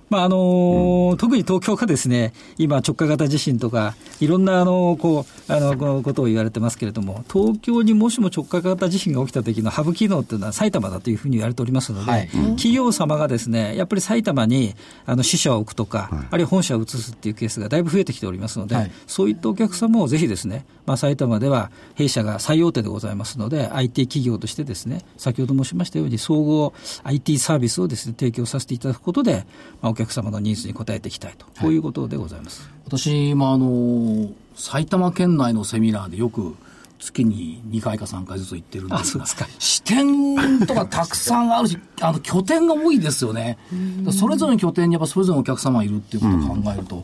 E: まああのー特に東京がですね、今、直下型地震とか、いろんなあのこうあのこうことを言われてますけれども、東京にもしも直下型地震が起きた時のハブ機能というのは埼玉だというふうに言われておりますので、
A: はい
E: 企業様がですね、やっぱり埼玉にあの支社を置くとか、あるいは本社を移すっていうケースがだいぶ増えてきておりますので、
A: はい
E: そういったお客様をぜひですね、まあ、埼玉では弊社が最大手でございますので、IT 企業としてですね、先ほど申しましたように、総合 IT サービスをですね、提供させていただくことで、まあ、お客様のニーズに応えていきたいと、こういうことでございます。
A: 私もあの埼玉県内のセミナーでよく月に2回か3回ずつ行ってるんで
E: あ
A: す
E: そう
A: が
E: ですか
A: 支店とかたくさんある しあの拠点が多いですよねだからそれぞれの拠点にやっぱそれぞれのお客様がいるっていうことを考えると、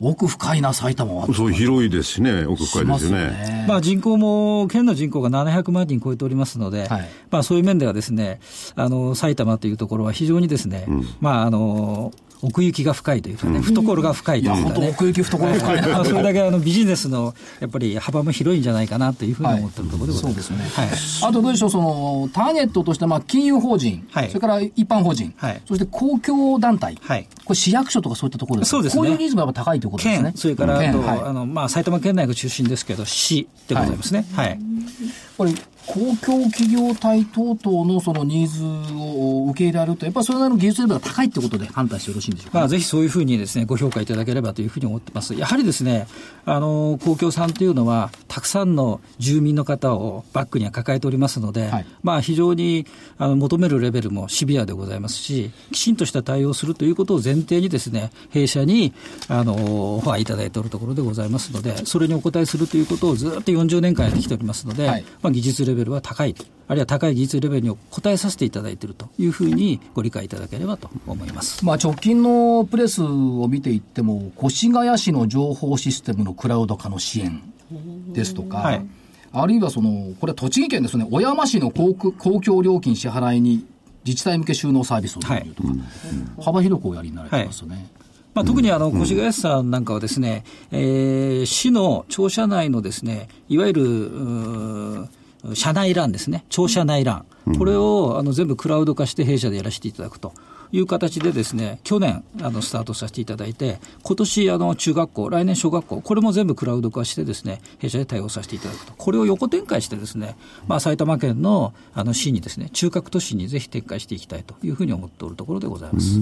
A: 奥深いな埼玉は
D: そう広いですしね、奥深いですよね。
E: まあ、人口も、県の人口が700万人超えておりますので、
A: はい
E: まあ、そういう面ではですね、あの、埼玉というところは非常にですね、まあ、あの、奥行きが深いというかね、懐が深
A: い
E: いと
A: や
E: いう
A: 本
E: か
A: 当
E: ね。
A: 奥行き懐深い
E: ま
A: な
E: あそれだけあのビジネスのやっぱり幅も広いんじゃないかなというふうに
A: はい
E: 思ってるところでござ
A: そ
E: いうま。
A: ですすね、
E: はい
A: あとどうでしょうそのターゲットとしてまあ金融法人、
E: はい
A: それから一般法人、
E: はい
A: そして公共団体、
E: はい
A: これ市役所とかそういったところですか
E: そうですね
A: こういうニーズもやっぱ高いということですね
E: 県、それからあ
A: 県
E: と、
A: はい
E: あのまあ、埼玉県内が中心ですけど、市でございますね。はい
A: これ公共企業体等々のそのニーズを受け入れられると、やっぱりそれなりの技術レベルが高いってことで判断してよろしいんでしょうか。
E: まあ、ぜひそういうふうにですね、ご評価いただければというふうに思ってます。やはりですね、あの、公共さんというのは、たくさんの住民の方をバックには抱えておりますので、
A: はい
E: まあ、非常にあの求めるレベルもシビアでございますし、きちんとした対応をするということを前提にですね、弊社に、あの、オファーいただいておるところでございますので、それにお答えするということをずっと40年間やってきておりますので、
A: はい
E: まあ、技術レベルは高い。あるいは高い技術レベルに応えさせていただいているというふうにご理解いただければと思います。
A: まあ、直近のプレスを見ていっても、越谷市の情報システムのクラウド化の支援ですとか、
E: はい
A: あるいはその、これは栃木県ですね、小山市の公共公共料金支払いに自治体向け収納サービスを導入とか、幅広くおやりになられてますよね。
E: まあ、特にあの越谷さんなんかはですね、えー市の庁舎内のですね、いわゆるうー、社内欄ですね、庁舎内欄、これをあの全部クラウド化して弊社でやらせていただくと。いう形でですね、去年、あの、スタートさせていただいて、今年、あの、中学校、来年小学校、これも全部クラウド化してですね、弊社で対応させていただくと。これを横展開してですね、まあ、埼玉県の、あの、市にですね、中核都市にぜひ展開していきたいというふうに思っておるところでございます。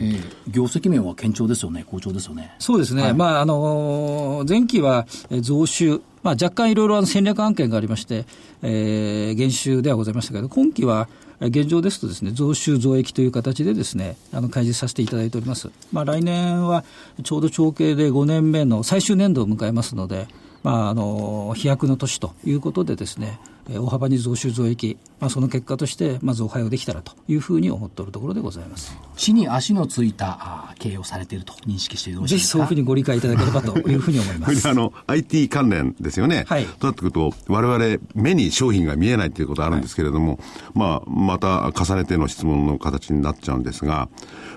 A: えー業績面は堅調ですよね、好調ですよね。
E: そうですね、まああのー前期はえー増収、まあ、若干いろいろあの戦略案件がありまして、えー減収ではございましたけど、今期はえー現状ですとです、ね、増収増益という形でです、ね、あの開示させていただいております、まあ、来年はちょうど長径で5年目の最終年度を迎えますので、まあ、あの飛躍の年ということでです、ね、えー大幅に増収増益、まあ、その結果として、まあ、増配をできたらというふうに思っておるところでございます。
A: 地に足のついたあー経営をされていると認識してよろしい
E: ぜ
A: で
E: ひ
A: す
E: そうい
A: か
E: うふうにご理解いただければというふうに思いま
D: これ
E: す。
D: であの、IT 関連ですよね。
E: はい
D: となってくると、我々、目に商品が見えないということはあるんですけれども、まあ、また重ねての質問の形になっちゃうんですが、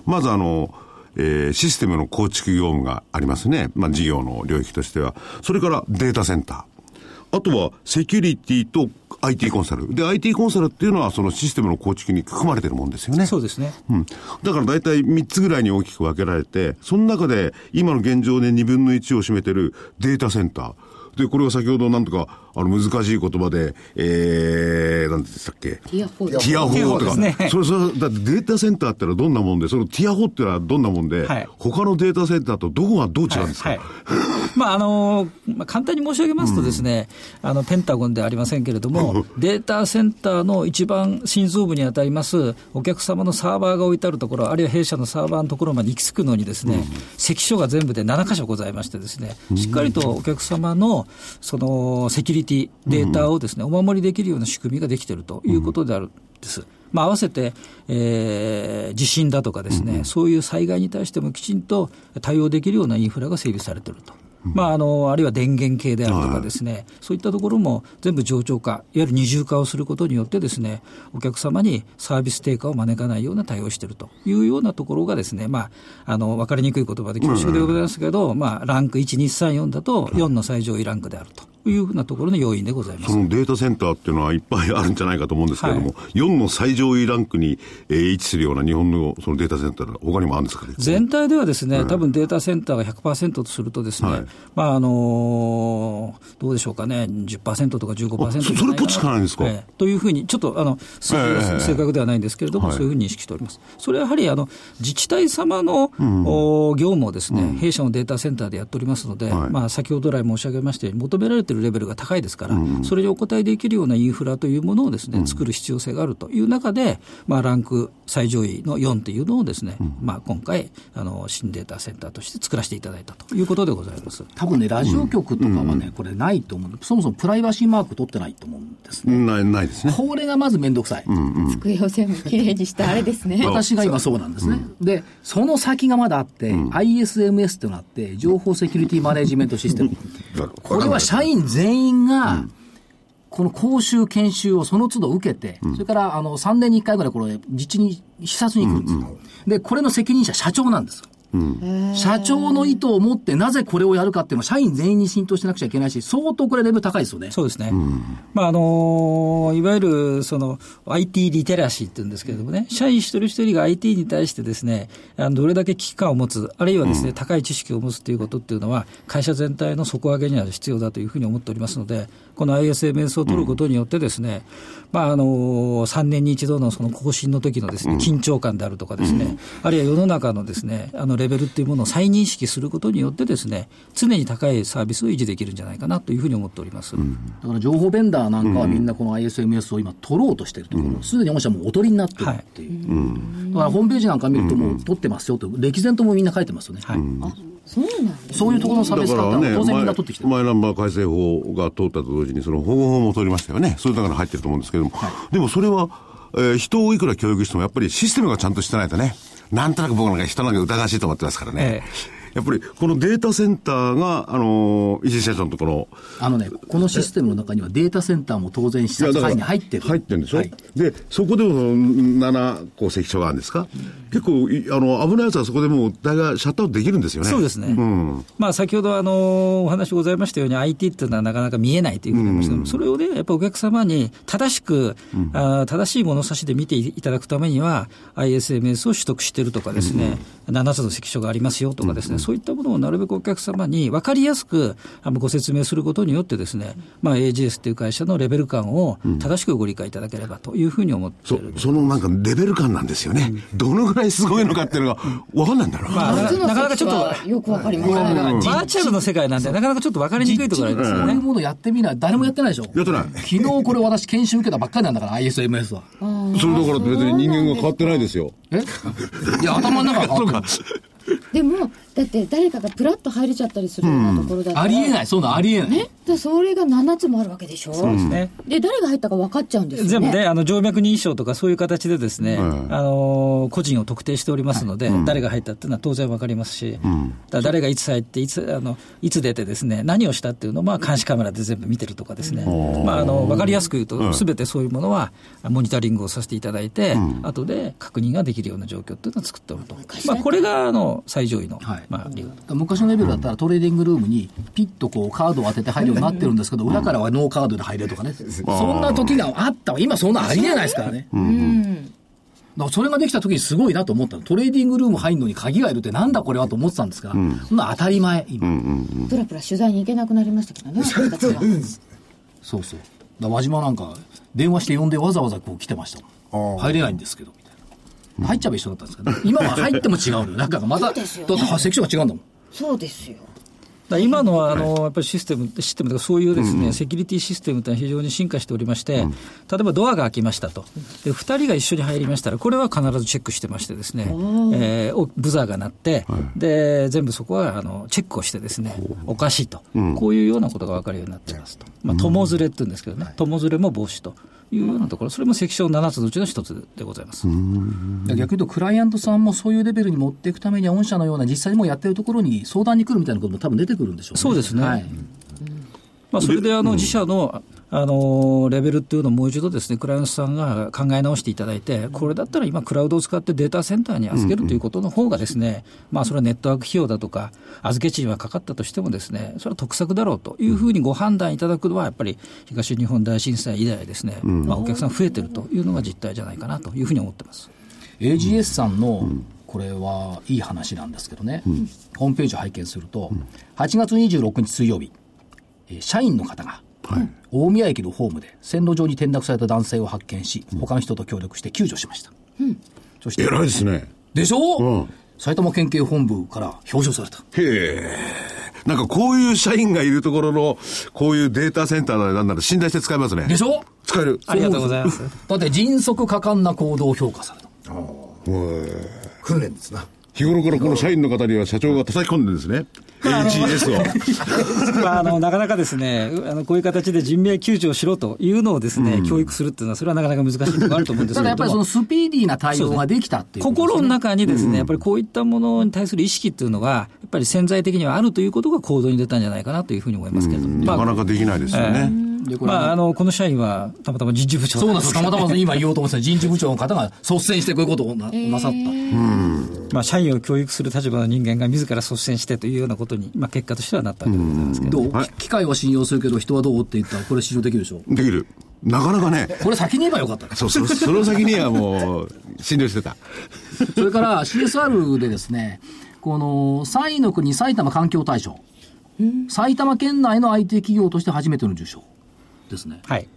D: まずあの、えーシステムの構築業務がありますね。まあ、事業の領域としては。それからデータセンター。あとは、セキュリティと IT コンサル。で、IT コンサルっていうのは、そのシステムの構築に含まれてるもんですよね。
E: そうですね。
D: うん。だから大体3つぐらいに大きく分けられて、その中で今の現状で2分の1を占めてるデータセンター。で、これは先ほどなんとか、あの、難しい言葉で、えー、なんて言ってたっけ
B: ティアフォー
D: ティア
E: ティア
D: ホ
E: ホ
D: ーと
E: ーで
D: か。
E: すね
D: それ、それ、だってデータセンターってのはどんなもんで、そのティアホーってのはどんなもんで、
E: はい
D: 他のデータセンターとどこがどう違うんですか、
E: はいはいまああのまあ、簡単に申し上げますとです、ねあの、ペンタゴンではありませんけれども、データセンターの一番心臓部に当たります、お客様のサーバーが置いてあるところ、あるいは弊社のサーバーのところまで行き着くのにです、ね関所が全部で7箇所ございましてです、ね、しっかりとお客様のそのセキュリティ、データをです、ね、お守りできるような仕組みができているということであるんです。まあ、合わせて、えー地震だとかですね、そういう災害に対してもきちんと対応できるようなインフラが整備されていると。まあ、あのあるいは電源系であるとかですね、そういったところも全部冗長化、いわゆる二重化をすることによってですね、お客様にサービス低下を招かないような対応をしているというようなところがですね、まあ、あの分かりにくい言葉で恐縮でございますけど、まあ、ランク1、2、3、4だと4の最上位ランクであるというふうなところの要因でございます
D: そ。のデータセンターっていうのはいっぱいあるんじゃないかと思うんですけれども、4の最上位ランクに、えー位置するような日本のそのデータセンターが他にもあるんですかね
E: 全体ではですね、多分データセンターが100%とするとですね、
D: はい
E: まああのーどうでしょうかね、10%とか15%
D: あそ
E: じゃない
D: それポチかないんですか
E: ええというふうに、ちょっとあの数字が
D: ええ
E: 正確ではないんですけれども、
D: はい
E: そういうふうに認識しております。それはやはりあの自治体様の、お業務をですね、弊社のデータセンターでやっておりますので、
D: はい
E: まあ先ほど来申し上げましたように求められているレベルが高いですから、それにお答えできるようなインフラというものをですね、作る必要性があるという中で、まあランク最上位の4というのをですね、まあ今回、あの、新データセンターとして作らせていただいたということでございます。
A: 多分ね、ラジオ局とかはね、これないと思う。そもそもプライバシーマーク取ってないと思うんですね。
D: ない、ないですね。
A: これがまずめんどくさい。
B: 机を全部きれいにしたあれですね
A: 私が今そうなんですね。で、その先がまだあって、ISMS っていうのがあって、情報セキュリティマネジメントシステム。これは社員全員が、この講習、研修をその都度受けて、それからあの3年に1回ぐらい、これ、実地に視察に来るんですよ。で、これの責任者、社長なんですよ。社長の意図を持ってなぜこれをやるかっていうのは社員全員に浸透してなくちゃいけないし、相当これレベル高いですよね。
E: そうですね。まあ、あの、いわゆる、その、IT リテラシーって言うんですけれどもね、社員一人一人が IT に対してですね、あのどれだけ危機感を持つ、あるいはですね、高い知識を持つということっていうのは、会社全体の底上げには必要だというふうに思っておりますので、この ISMS を取ることによってですね、まあ、あの、3年に一度のその更新の時のですね、緊張感であるとかですね、あるいは世の中のですね、あの、レベルっていうものを再認識することによってですね、常に高いサービスを維持できるんじゃないかなというふうに思っております。
A: だから情報ベンダーなんかはみんなこの ISMS を今取ろうとしてるところ、すでに御社もお取りになってるっていう。だからホームページなんか見るともう取ってますよと、歴然ともみんな書いてますよね。
B: そうなんです
A: そういうところの差
D: だ
A: 別
D: か
A: 化って
D: らね
A: 当然みんな
D: マ
A: 取ってきて
D: イ、
A: る。
D: マイナンバー改正法が通ったと同時に、その保護法も通りましたよね。それだから入ってると思うんですけども。でもそれは、えー人をいくら教育しても、やっぱりシステムがちゃんとしてないとね、なんとなく僕なんか人なんか疑わしいと思ってますからね。
E: え
D: やっぱり、このデータセンターが、あのー石井社長のところ、
A: あのね、このシステムの中にはデータセンターも当然視察会に入ってる。
D: 入ってるんでしょ、
A: はい
D: で、そこでもその7個関所があるんですか、結構い、あの、危ないやつはそこでもう大概シャットアウトできるんですよね。
E: そうですね、まあ、先ほどあのお話ございましたように、IT っていうのはなかなか見えないというふうに言いましたけど、それをね、やっぱお客様に正しく、あー正しい物差しで見ていただくためには、ISMS を取得してるとかですね、7つの関所がありますよとかですね、そういったものをなるべくお客様に分かりやすくあのご説明することによって、ですね、まあ、AGS という会社のレベル感を正しくご理解いただければというふうに思ってい
D: そ
E: る。
D: そのなんかレベル感なんですよね、どのぐらいすごいのかっていうのが分かんないんだろう、
E: まあ、ななかなかちょっと、
B: とよくわかりません
A: これ
B: が
A: は
E: バーチャルの世界なんで、なかなかちょっと分かりにくいところありますよ
A: こうい
E: ね
A: う。ものやってみない。誰もやってないでしょ。
D: やってない
A: 昨日これ私研修受けたばっかりなんだから、ISMS は。
D: それだから別に人間が変わってないですよ。
A: えいや、頭の中 が変わってる
B: でもだって誰かがプラッと入れちゃったりするようなところだったら、
A: ありえない、そういうのありえない。
B: ねだそれが7つもあるわけでしょそうです
E: ね
B: で誰が入ったか分かっちゃうんですよね
E: 全部ね、あの静脈認証とかそういう形でですね、あの個人を特定しておりますので、誰が入ったっていうのは当然わかりますし、だから誰がいつ入っていつあの、いつ出てですね、何をしたっていうのを、まあ、監視カメラで全部見てるとかですね、まあ、あの分かりやすく言うと、すべてそういうものはモニタリングをさせていただいて、後で確認ができるような状況っていうのを作っておると、まあ、これがあの最上位の、
A: はい
E: まあ、理由だと
A: 昔のレベルだったらトレーディングルームにピッとこうカードを当てて入るようになってるんですけど、裏からはノーカードで入れとかね。そんな時があったわ。今そんなありえないですからね。だからそれができた時にすごいなと思ったの。トレーディングルーム入るのに鍵がいるってなんだこれはと思ってたんですが、そんな当たり前、今。
B: プラプラ取材に行けなくなりましたけどね私たち は
A: そうそう。だから輪島なんか電話して呼んでわざわざこう来てましたもん。
C: あー
A: 入れないんですけど、みたいな。入っちゃえば一緒だったんですけど、今は入っても違うのよ。なんかまた、だって席所が違うんだもん。
B: そうですよ
E: だから今のはあのやっぱりシステムって、システムとかそういうですねセキュリティシステムというのは非常に進化しておりまして、例えばドアが開きましたと、で2人が一緒に入りましたら、これは必ずチェックしてまして、ですねえーおブザーが鳴って、で全部そこはあのチェックをして、ですねおかしいと、こういうようなことが分かるようになってますと、まあ友連れって言うんですけどね、友連れも防止というようなところ、それも関所7つのうちの1つでございます。
A: 逆に言うと、クライアントさんもそういうレベルに持っていくためには、御社のような実際にもうやってるところに相談に来るみたいなことも多分出てくるんでしょうね。
E: そうですね
A: はい
E: まあ、それであの自社の、あのレベルっていうのをもう一度ですね、クライアントさんが考え直していただいて、これだったら今、クラウドを使ってデータセンターに預けるということの方がですね、まあ、それはネットワーク費用だとか、預け賃はかかったとしてもですね、それは得策だろうというふうにご判断いただくのは、やっぱり東日本大震災以来ですね、まあ、お客さん増えてるというのが実態じゃないかなというふうに思ってます。
A: AGS さんの、これはいい話なんですけどね、ホームページを拝見すると、8月26日水曜日、えー社員の方が、大宮駅のホームで線路上に転落された男性を発見し、他の人と協力して救助しました。そして、
D: 偉いですね。
A: でしょ、
D: うん
A: 埼玉県警本部から表彰された。
D: へえ。なんかこういう社員がいるところの、こういうデータセンターならなんなら信頼して使えますね。
A: でしょ
D: 使える。
E: ありがとうございます。
A: だって迅速果敢な行動を評価された。
C: 訓練ですな
D: 日頃からこの社員の方には社長が叩き込んでるんですね。AGS を。
E: まあ、あのなかなかですねあの、こういう形で人命救助をしろというのをですね、教育するっていうのは、それはなかなか難しいところがあると思うんです
A: ただ
E: けれ
A: やっ
E: ど
A: ぱり
E: も
A: その。スピーディーな対応ができたっていうことですね
E: 心の中にですね、やっぱりこういったものに対する意識っていうのが、やっぱり潜在的にはあるということが行動に出たんじゃないかなというふうに思いますけれども、ま
D: な
E: あ
D: かなかできないですよね。
A: でこれ
E: まあ、あの、この社員は、たまたま人事部長
A: そうなんです
E: け
A: よ。
E: ど
A: たまたま今言おうと思ってた人事部長の方が率先してこういうことをな,、なさった。
E: まあ、社員を教育する立場の人間が自ら率先してというようなことに、まあ、結果としてはなったわけでございますけど、
A: どう、
D: はい
A: き機械は信用するけど人はどうって言ったらこれ市場できるでしょ
D: できる。なかなかね、
A: これ先に言えばよかった
D: そう、そのその先にはもう、診療してた。
A: それから CSR でですね、この3位の国埼玉環境大賞、埼玉県内の IT 企業として初めての受賞ですね。
E: はい。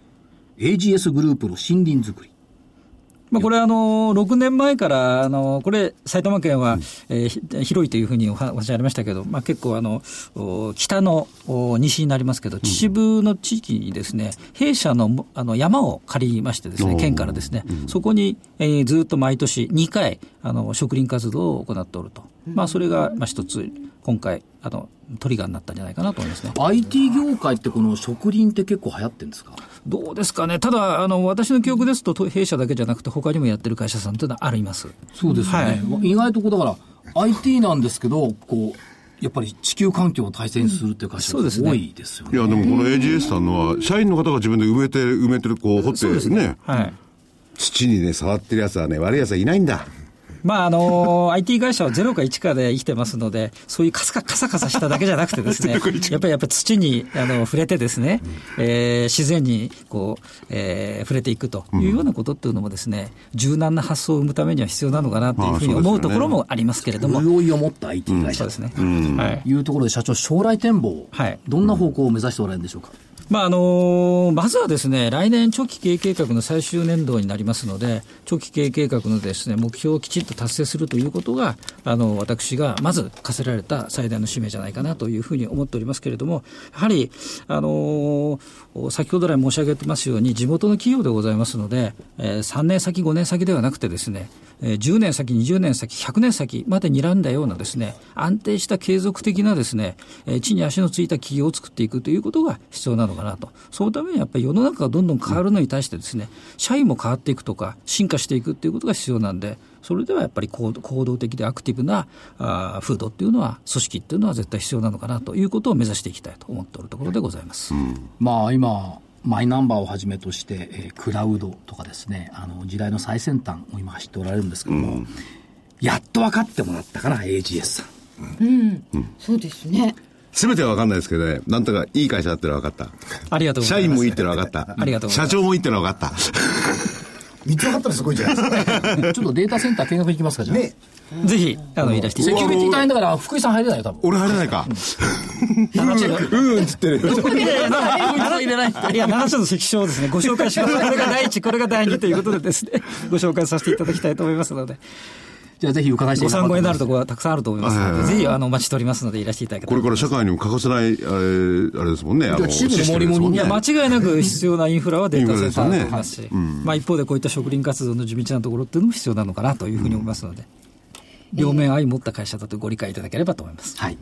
A: AGS グループの森林づくり。
E: まあ、これあの、6年前から、あの、これ、埼玉県は、えーひ広いというふうにお話お話ありましたけど、まあ、結構あの、お北のお西になりますけど、秩父の地域にですね、弊社のもあの山を借りましてです
D: お
E: ね、
D: ー
E: 県からですね、そこに、えーずっと毎年2回、あの、植林活動を行っておると。まあ、それが、まあ、一つ、今回、あの、トリガーになったんじゃないかなと思いますね。
A: IT 業界ってこの植林って結構流行ってるんですか
E: どうですかね、ただ、あの私の記憶ですと、と弊社だけじゃなくて、他にもやってる会社さんというのはあります。
A: そうですよね。意外とこう、だから、IT なんですけど、こう、やっぱり地球環境を大切にするっていう会社
E: そう
A: が
E: ですね
A: 多いですよ
D: い
A: ね。
D: や、でもこの AGS さんのは、社員の方が自分で埋めて、埋めてる、こう、掘って
E: そうです
D: ね。
E: はい
D: 土にね、触ってるやつはね、悪いやつはいないんだ。
E: まああの IT 会社はゼロか1かで生きてますので、そういうカサカカサカサしただけじゃなくてです ね、やっぱりやっぱり土にあの触れてですね、えー自然にこう、えー触れていくというようなことっていうのもですね、柔軟な発想を生むためには必要なのかなというふうに
D: まあそ
E: 思
D: う
E: う
D: ですよね
E: ところもありますけれども、
A: 潤いを持った IT 会
E: そ
A: 社で
E: うですす
A: ね。
E: ね。はい
A: いうところで社長、将来展望、
E: はい
A: どんな方向を目指しておられるんでしょうか。
E: まああのまずはですね、来年長期経営計画の最終年度になりますので、長期経営計画のですね、目標をきちっと達成するということが、あの、私がまず課せられた最大の使命じゃないかなというふうに思っておりますけれども、やはり、あの先ほど来申し上げてますように、地元の企業でございますので、えー3年先、5年先ではなくてですね、えー10年先、20年先、100年先まで睨んだようなですね、安定した継続的なですね、えー地に足のついた企業を作っていくということが必要なのかなと。そのためにやっぱり世の中がどんどん変わるのに対してですね、社員も変わっていくとか、進化していくっていうことが必要なんで、それではやっぱり行動行動的でアクティブなあー風土っていうのは、組織っていうのは絶対必要なのかなということを目指していきたいと思っておるところでございます。
A: まあ今マイナンバーをはじめとして、えークラウドとかですねあの時代の最先端を今走っておられるんですけども、やっと分かってもらったかな AGS さん
B: そうですね。
D: すべては分かんないですけどね、なんとかいい会社だってのは分かっ
E: ありがと
D: た。
E: うござ
D: 社
E: い
D: 員
E: ます。
D: もいいってのは分かった。
E: ありがとうござい
D: 社
E: ます
D: 長もいいってのは分かっ
C: 見つかったらすごいじゃないですか
A: ちょっとデータセンター見学行きますかじゃあ、
C: ね
E: ぜひ、あの、いらしてい
A: セ
E: ただき
A: キュリティ大変だから福井さん入れないよ多分
D: た。俺入れないか。うんうんっつってる。
E: いやいや、まあ、入れないいや、7つの関所をですね、ご紹介します。これが第一、これが第二ということでですね、 ご紹介させていただきたいと思いますので、
A: じゃあぜひ伺いして
E: ご
A: いただ
E: 参考になる
A: と
E: ところはたくさんあると思いますので、ぜひ、あの、お待ちしておりますので、いらしていただけた
D: こ
E: ら
D: れから社会にも欠かせない、あれ、あれですもんね。あの、
A: 秩父の森も
D: に
E: いや、間違いなく必要なインフラはデータセンターだと思います
D: イン
E: し、まあ一方でこういった植林活動の地道なところっていうのも必要なのかなというふうに思いますので、両面相持った会社だとご理解いただければと思います。
A: はい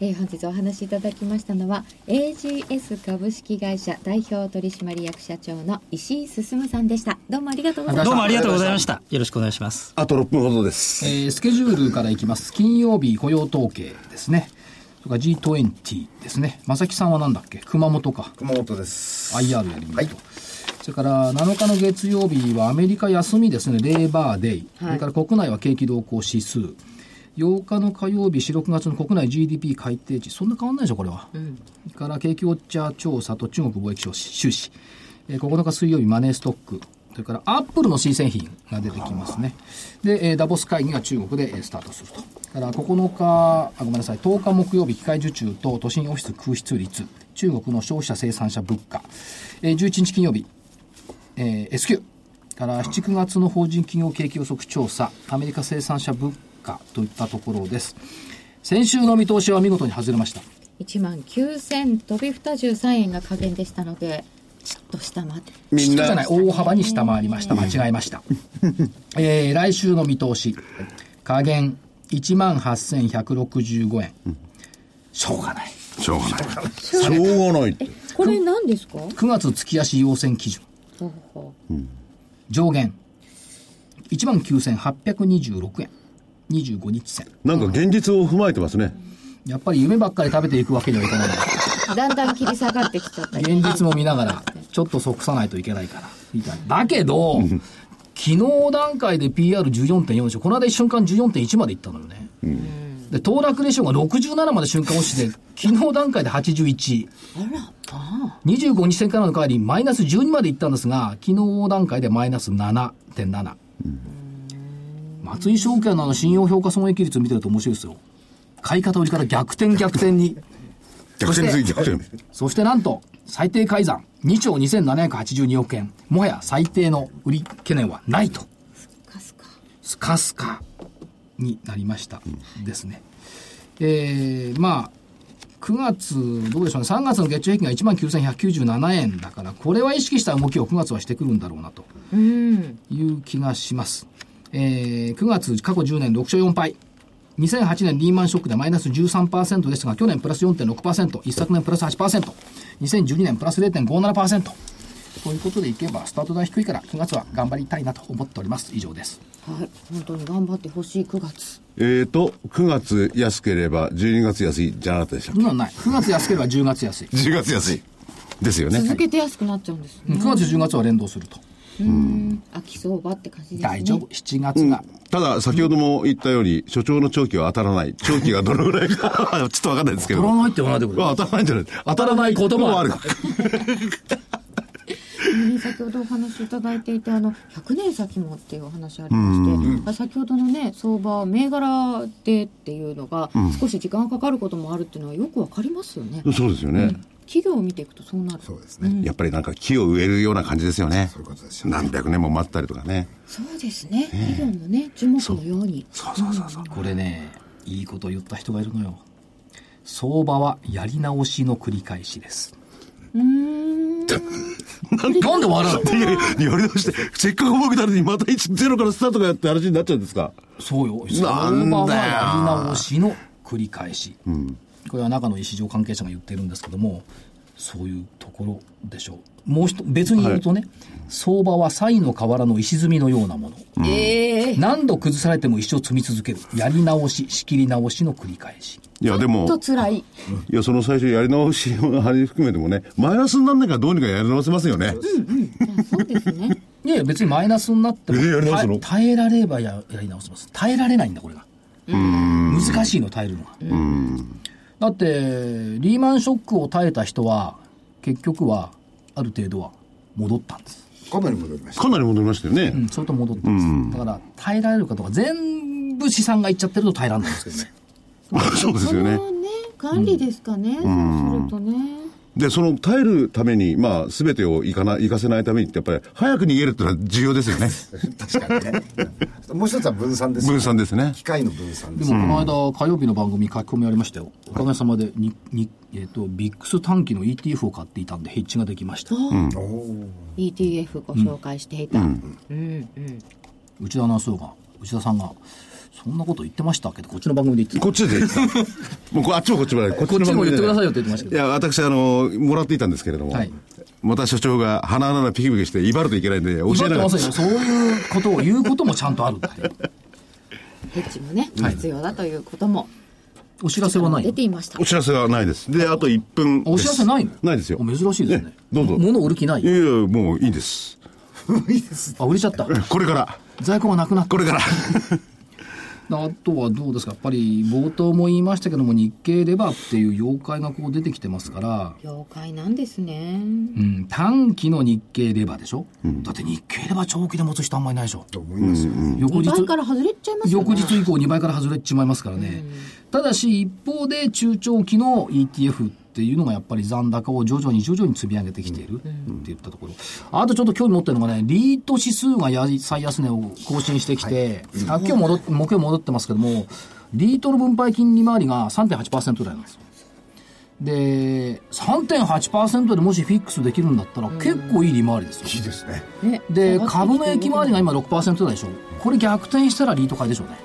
B: えー本日お話しいただきましたのは AGS 株式会社代表取締役社長の石井進さんでしたどうもありがとうございました
E: どうもありがとうございました。よろしくお願いします。
D: あと6分ほどです。
A: えースケジュールからいきます金曜日雇用統計ですねそれから G20 ですね正木さんはなんだっけ熊本か
C: 熊本です
A: IR やりますと、
C: はい
A: それから7日の月曜日はアメリカ休みですね、レーバーデイ、それから国内は景気動向指数、8日の火曜日、4、6月の国内 GDP 改定値、そんな変わんないでしょ、これは。それから景気ウォッチャー調査と中国貿易収支収支、えー9日水曜日、マネーストック、それからアップルの新製品が出てきますね。で、えーダボス会議が中国でえースタートすると。だから9日、あごめんなさい、10日木曜日、機械受注と都心オフィス空室率、中国の消費者生産者物価、えー11日金曜日、えー S q から7、9月の法人企業景気予測調査、アメリカ生産者物価といったところです。先週の見通しは見事に外れました。
B: 1万9000飛び23円が加減でしたのでちょっと下回って
D: みん
A: ちょっとじゃな
D: な、
A: い、大幅に下回りました。間違えました。えー来週の見通し、加減18,165円。しょうがない。
D: しょうがない。しょうがないって。
B: これ何ですか
A: 9月月足要請基準、
B: ほうほう
A: 上限19,826円。25日線。
D: なんか現実を踏まえてますね。
A: やっぱり夢ばっかり食べていくわけにはいかない。
B: だんだん切り下がってきちゃったり
A: 現実も見ながら、ちょっと即さないといけないから、みたいな。だけど、昨日段階で PR14.4 でしょ。この間一瞬間14.1までいったのよね。で、騰落レシオが67まで瞬間落ちて、昨日段階で81。25日線からの帰り、マイナス12までいったんですが、昨日段階でマイナス7.7。松井証券のあの信用評価損益率見てると面白いですよ。買い方売りから逆転逆転に。
D: 逆転次逆転。
A: そしてなんと、最低改ざん、2兆2782億円。もはや最低の売り懸念はないと。スカスカ。になりました。ですね。えー、まあ、9月、どうでしょうね。3月の月中平均が19,197円だから、これは意識した動きを9月はしてくるんだろうなという気がします。えー、9月、過去10年6勝4敗。2008年リーマンショックでマイナス13%でしたが、去年プラス4.6%、一昨年プラス8%、2012年プラス0.57%。ということでいけば、スタート台低いから、9月は頑張りたいなと思っております。以上です。
B: はい本当に頑張ってほしい9月
D: えーと、9月安ければ12月安いじゃなかったでしたっ
A: そんなのない。9月安ければ10月安い。
D: け ?10 月安い。ですよね。
B: 続けて安くなっちゃうんです
A: 9
B: ね
A: 月、10月は連動すると。
B: 秋相場って感じですね
A: 大丈夫。7月が。
D: ただ、先ほども言ったように、所長の長期は当たらない。長期がどのぐらいかは、 ちょっとわかんないですけど。
A: 当たらないって言わないでくれ
D: まあ当たらないんじゃない当たらないこともある。
B: ね先ほどお話しいただいていてあの100年先もっていうお話ありまして、あ先ほどのね相場銘柄でっていうのが少し時間がかかることもあるっていうのはよくわかりますよね、
D: そうですよね。
B: 企業を見ていくとそうなる
C: そうですね。
D: やっぱりなんか木を植えるような感じですよね。
C: そういうことですよね
D: 何百年も待ったりとかね。
B: そうですね企業もね樹木のように
D: そうそうそうそう。
A: これね、いいこと言った人がいるのよ。相場はやり直しの繰り返しです。
B: うーん
A: なんで笑うの
D: いやいや、やり直して、せっかく重くなるのにまた1、ゼロからスタートがやって話になっちゃうんですか。
A: そうよ。
D: な
A: 相
D: んだよ
A: 場はやり直しの繰り返し。これは中の市場関係者が言ってるんですけども、そういうところでしょう。もう一つ別に言うとね、相場はイの河原の石積みのようなもの。
B: ええ
A: 何度崩されても一生積み続ける。やり直し、仕切り直しの繰り返し。
D: いや、でも、
B: と辛い
D: いや、その最初やり直しの話含めてもね、マイナスになんないからどうにかやり直せますよね。
B: あそうです ね
A: いやいや、別にマイナスになっても、
D: えやり直す
A: 耐
D: の
A: え耐えられればややり直せます。耐えられないんだ、これが。難しいの、耐えるのが。だって、リーマンショックを耐えた人は、結局は、ある程度は戻ったんです。
C: かなり戻りました。
D: かなり戻りましたよね。
A: うん、それと戻ったんです。だから、耐えられるかとか、全部資産がいっちゃってると耐えられないんですけどね。
D: そうですよね
B: そ。のね管理ですかね、そうするとね
D: で、その耐えるために、まあ、すべてをいかな、いかせないためにって、やっぱり、早く逃げるってのは重要で すよね。
C: 確かにね。もう一つは分散ですよね。
D: 分散ですね
C: 機。械の分散で
A: ですも
C: よね。
A: この間火曜日の番組書き込みありましたよ、おかげさまでにに、えー、とビックス短期の ETF を買っていたんでヘッジができました、う
B: ETF ご紹介していた、うんうん
A: 内田アナウンサーが内田さんが「そんなこと言ってましたっけ?」ってこっちの番組で言ってた
D: こっちでいいですかもうこうあっちもこっちもない。こ っ
A: こっちも言ってくださいよって言ってましたけ
D: いや、私、あの、もらっていたんですけれども、
A: はい
D: また所長が鼻穴がピキピキして、威張るといけないんで、教
A: どだっ
D: えな
A: て
D: が
A: ま
D: ら
A: さ。にそういうことを言うこともちゃんとあるって
B: ヘッジもね、必要だということも
A: お知らせはない
B: 出
A: の
B: ていました
D: お知らせはないです。で、あと1分です。
A: お知らせないの
D: ないですよ。
A: お珍しいですね
D: どうぞ。
A: 物売る気ない
D: いやいや、もういいです。
A: あ売れちゃった
D: これから、
A: 在庫がなくなった
D: これから。
A: あとはどうですかやっぱり冒頭も言いましたけども日経レバーっていう妖怪がこう出てきてますから
B: 妖怪なんですね
A: うん、短期の日経レバーでしょ、だって日経レバー長期で持つ人あんまりないでしょ
C: と思いますよ。
A: 翌
B: 2
A: 日
B: 倍から外れちゃいますよね
A: 翌日以降2倍から外れちまいますからね、ただし一方で中長期の ETF っていうのがやっぱり残高を徐々に徐々に積み上げてきているって言ったところ、あとちょっと興味持ってるのがねリート指数がや最安値を更新してきて、あ今日戻っ木曜日戻ってますけどもリートの分配金利回りが3.8%ぐらいなんですよで3.8%でもしフィックスできるんだったら結構いい利回りですよ、
C: いいですね。
B: ね
A: で
B: 下が
A: 株
B: ってき
A: の
B: て
A: 駅回りが今6%でしょこれ逆転したらリート買いでしょうね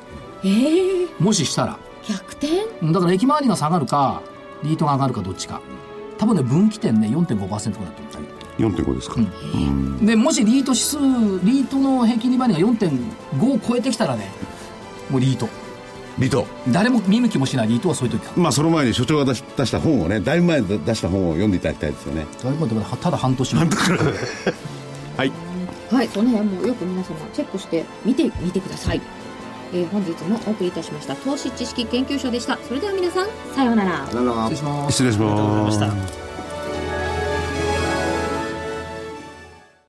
B: ええ
A: もししたら
B: 逆転
A: うんだから駅回りが下がるかリートが上がるかどっちか多分ね分岐点ね4.5%ぐらいだと思
D: 4.5ですか。
A: うでもしリート指数リートの平均利回りが4.5を超えてきたらねもうリート
D: 離島
A: 誰も見向きもしない離島はそういう時か
D: まあその前に所長が出し出した本をねだいぶ前に出した本を読んでいただきたいですよね
A: 誰もでもただ半年前
D: はい
B: はい、その辺もよく皆様チェックして見てみてください。えー本日もお送りいたしました投資知識研究所でした。それでは皆さん、さようなら。
C: なら
A: 失礼します
D: 失礼します
E: ありがとうございました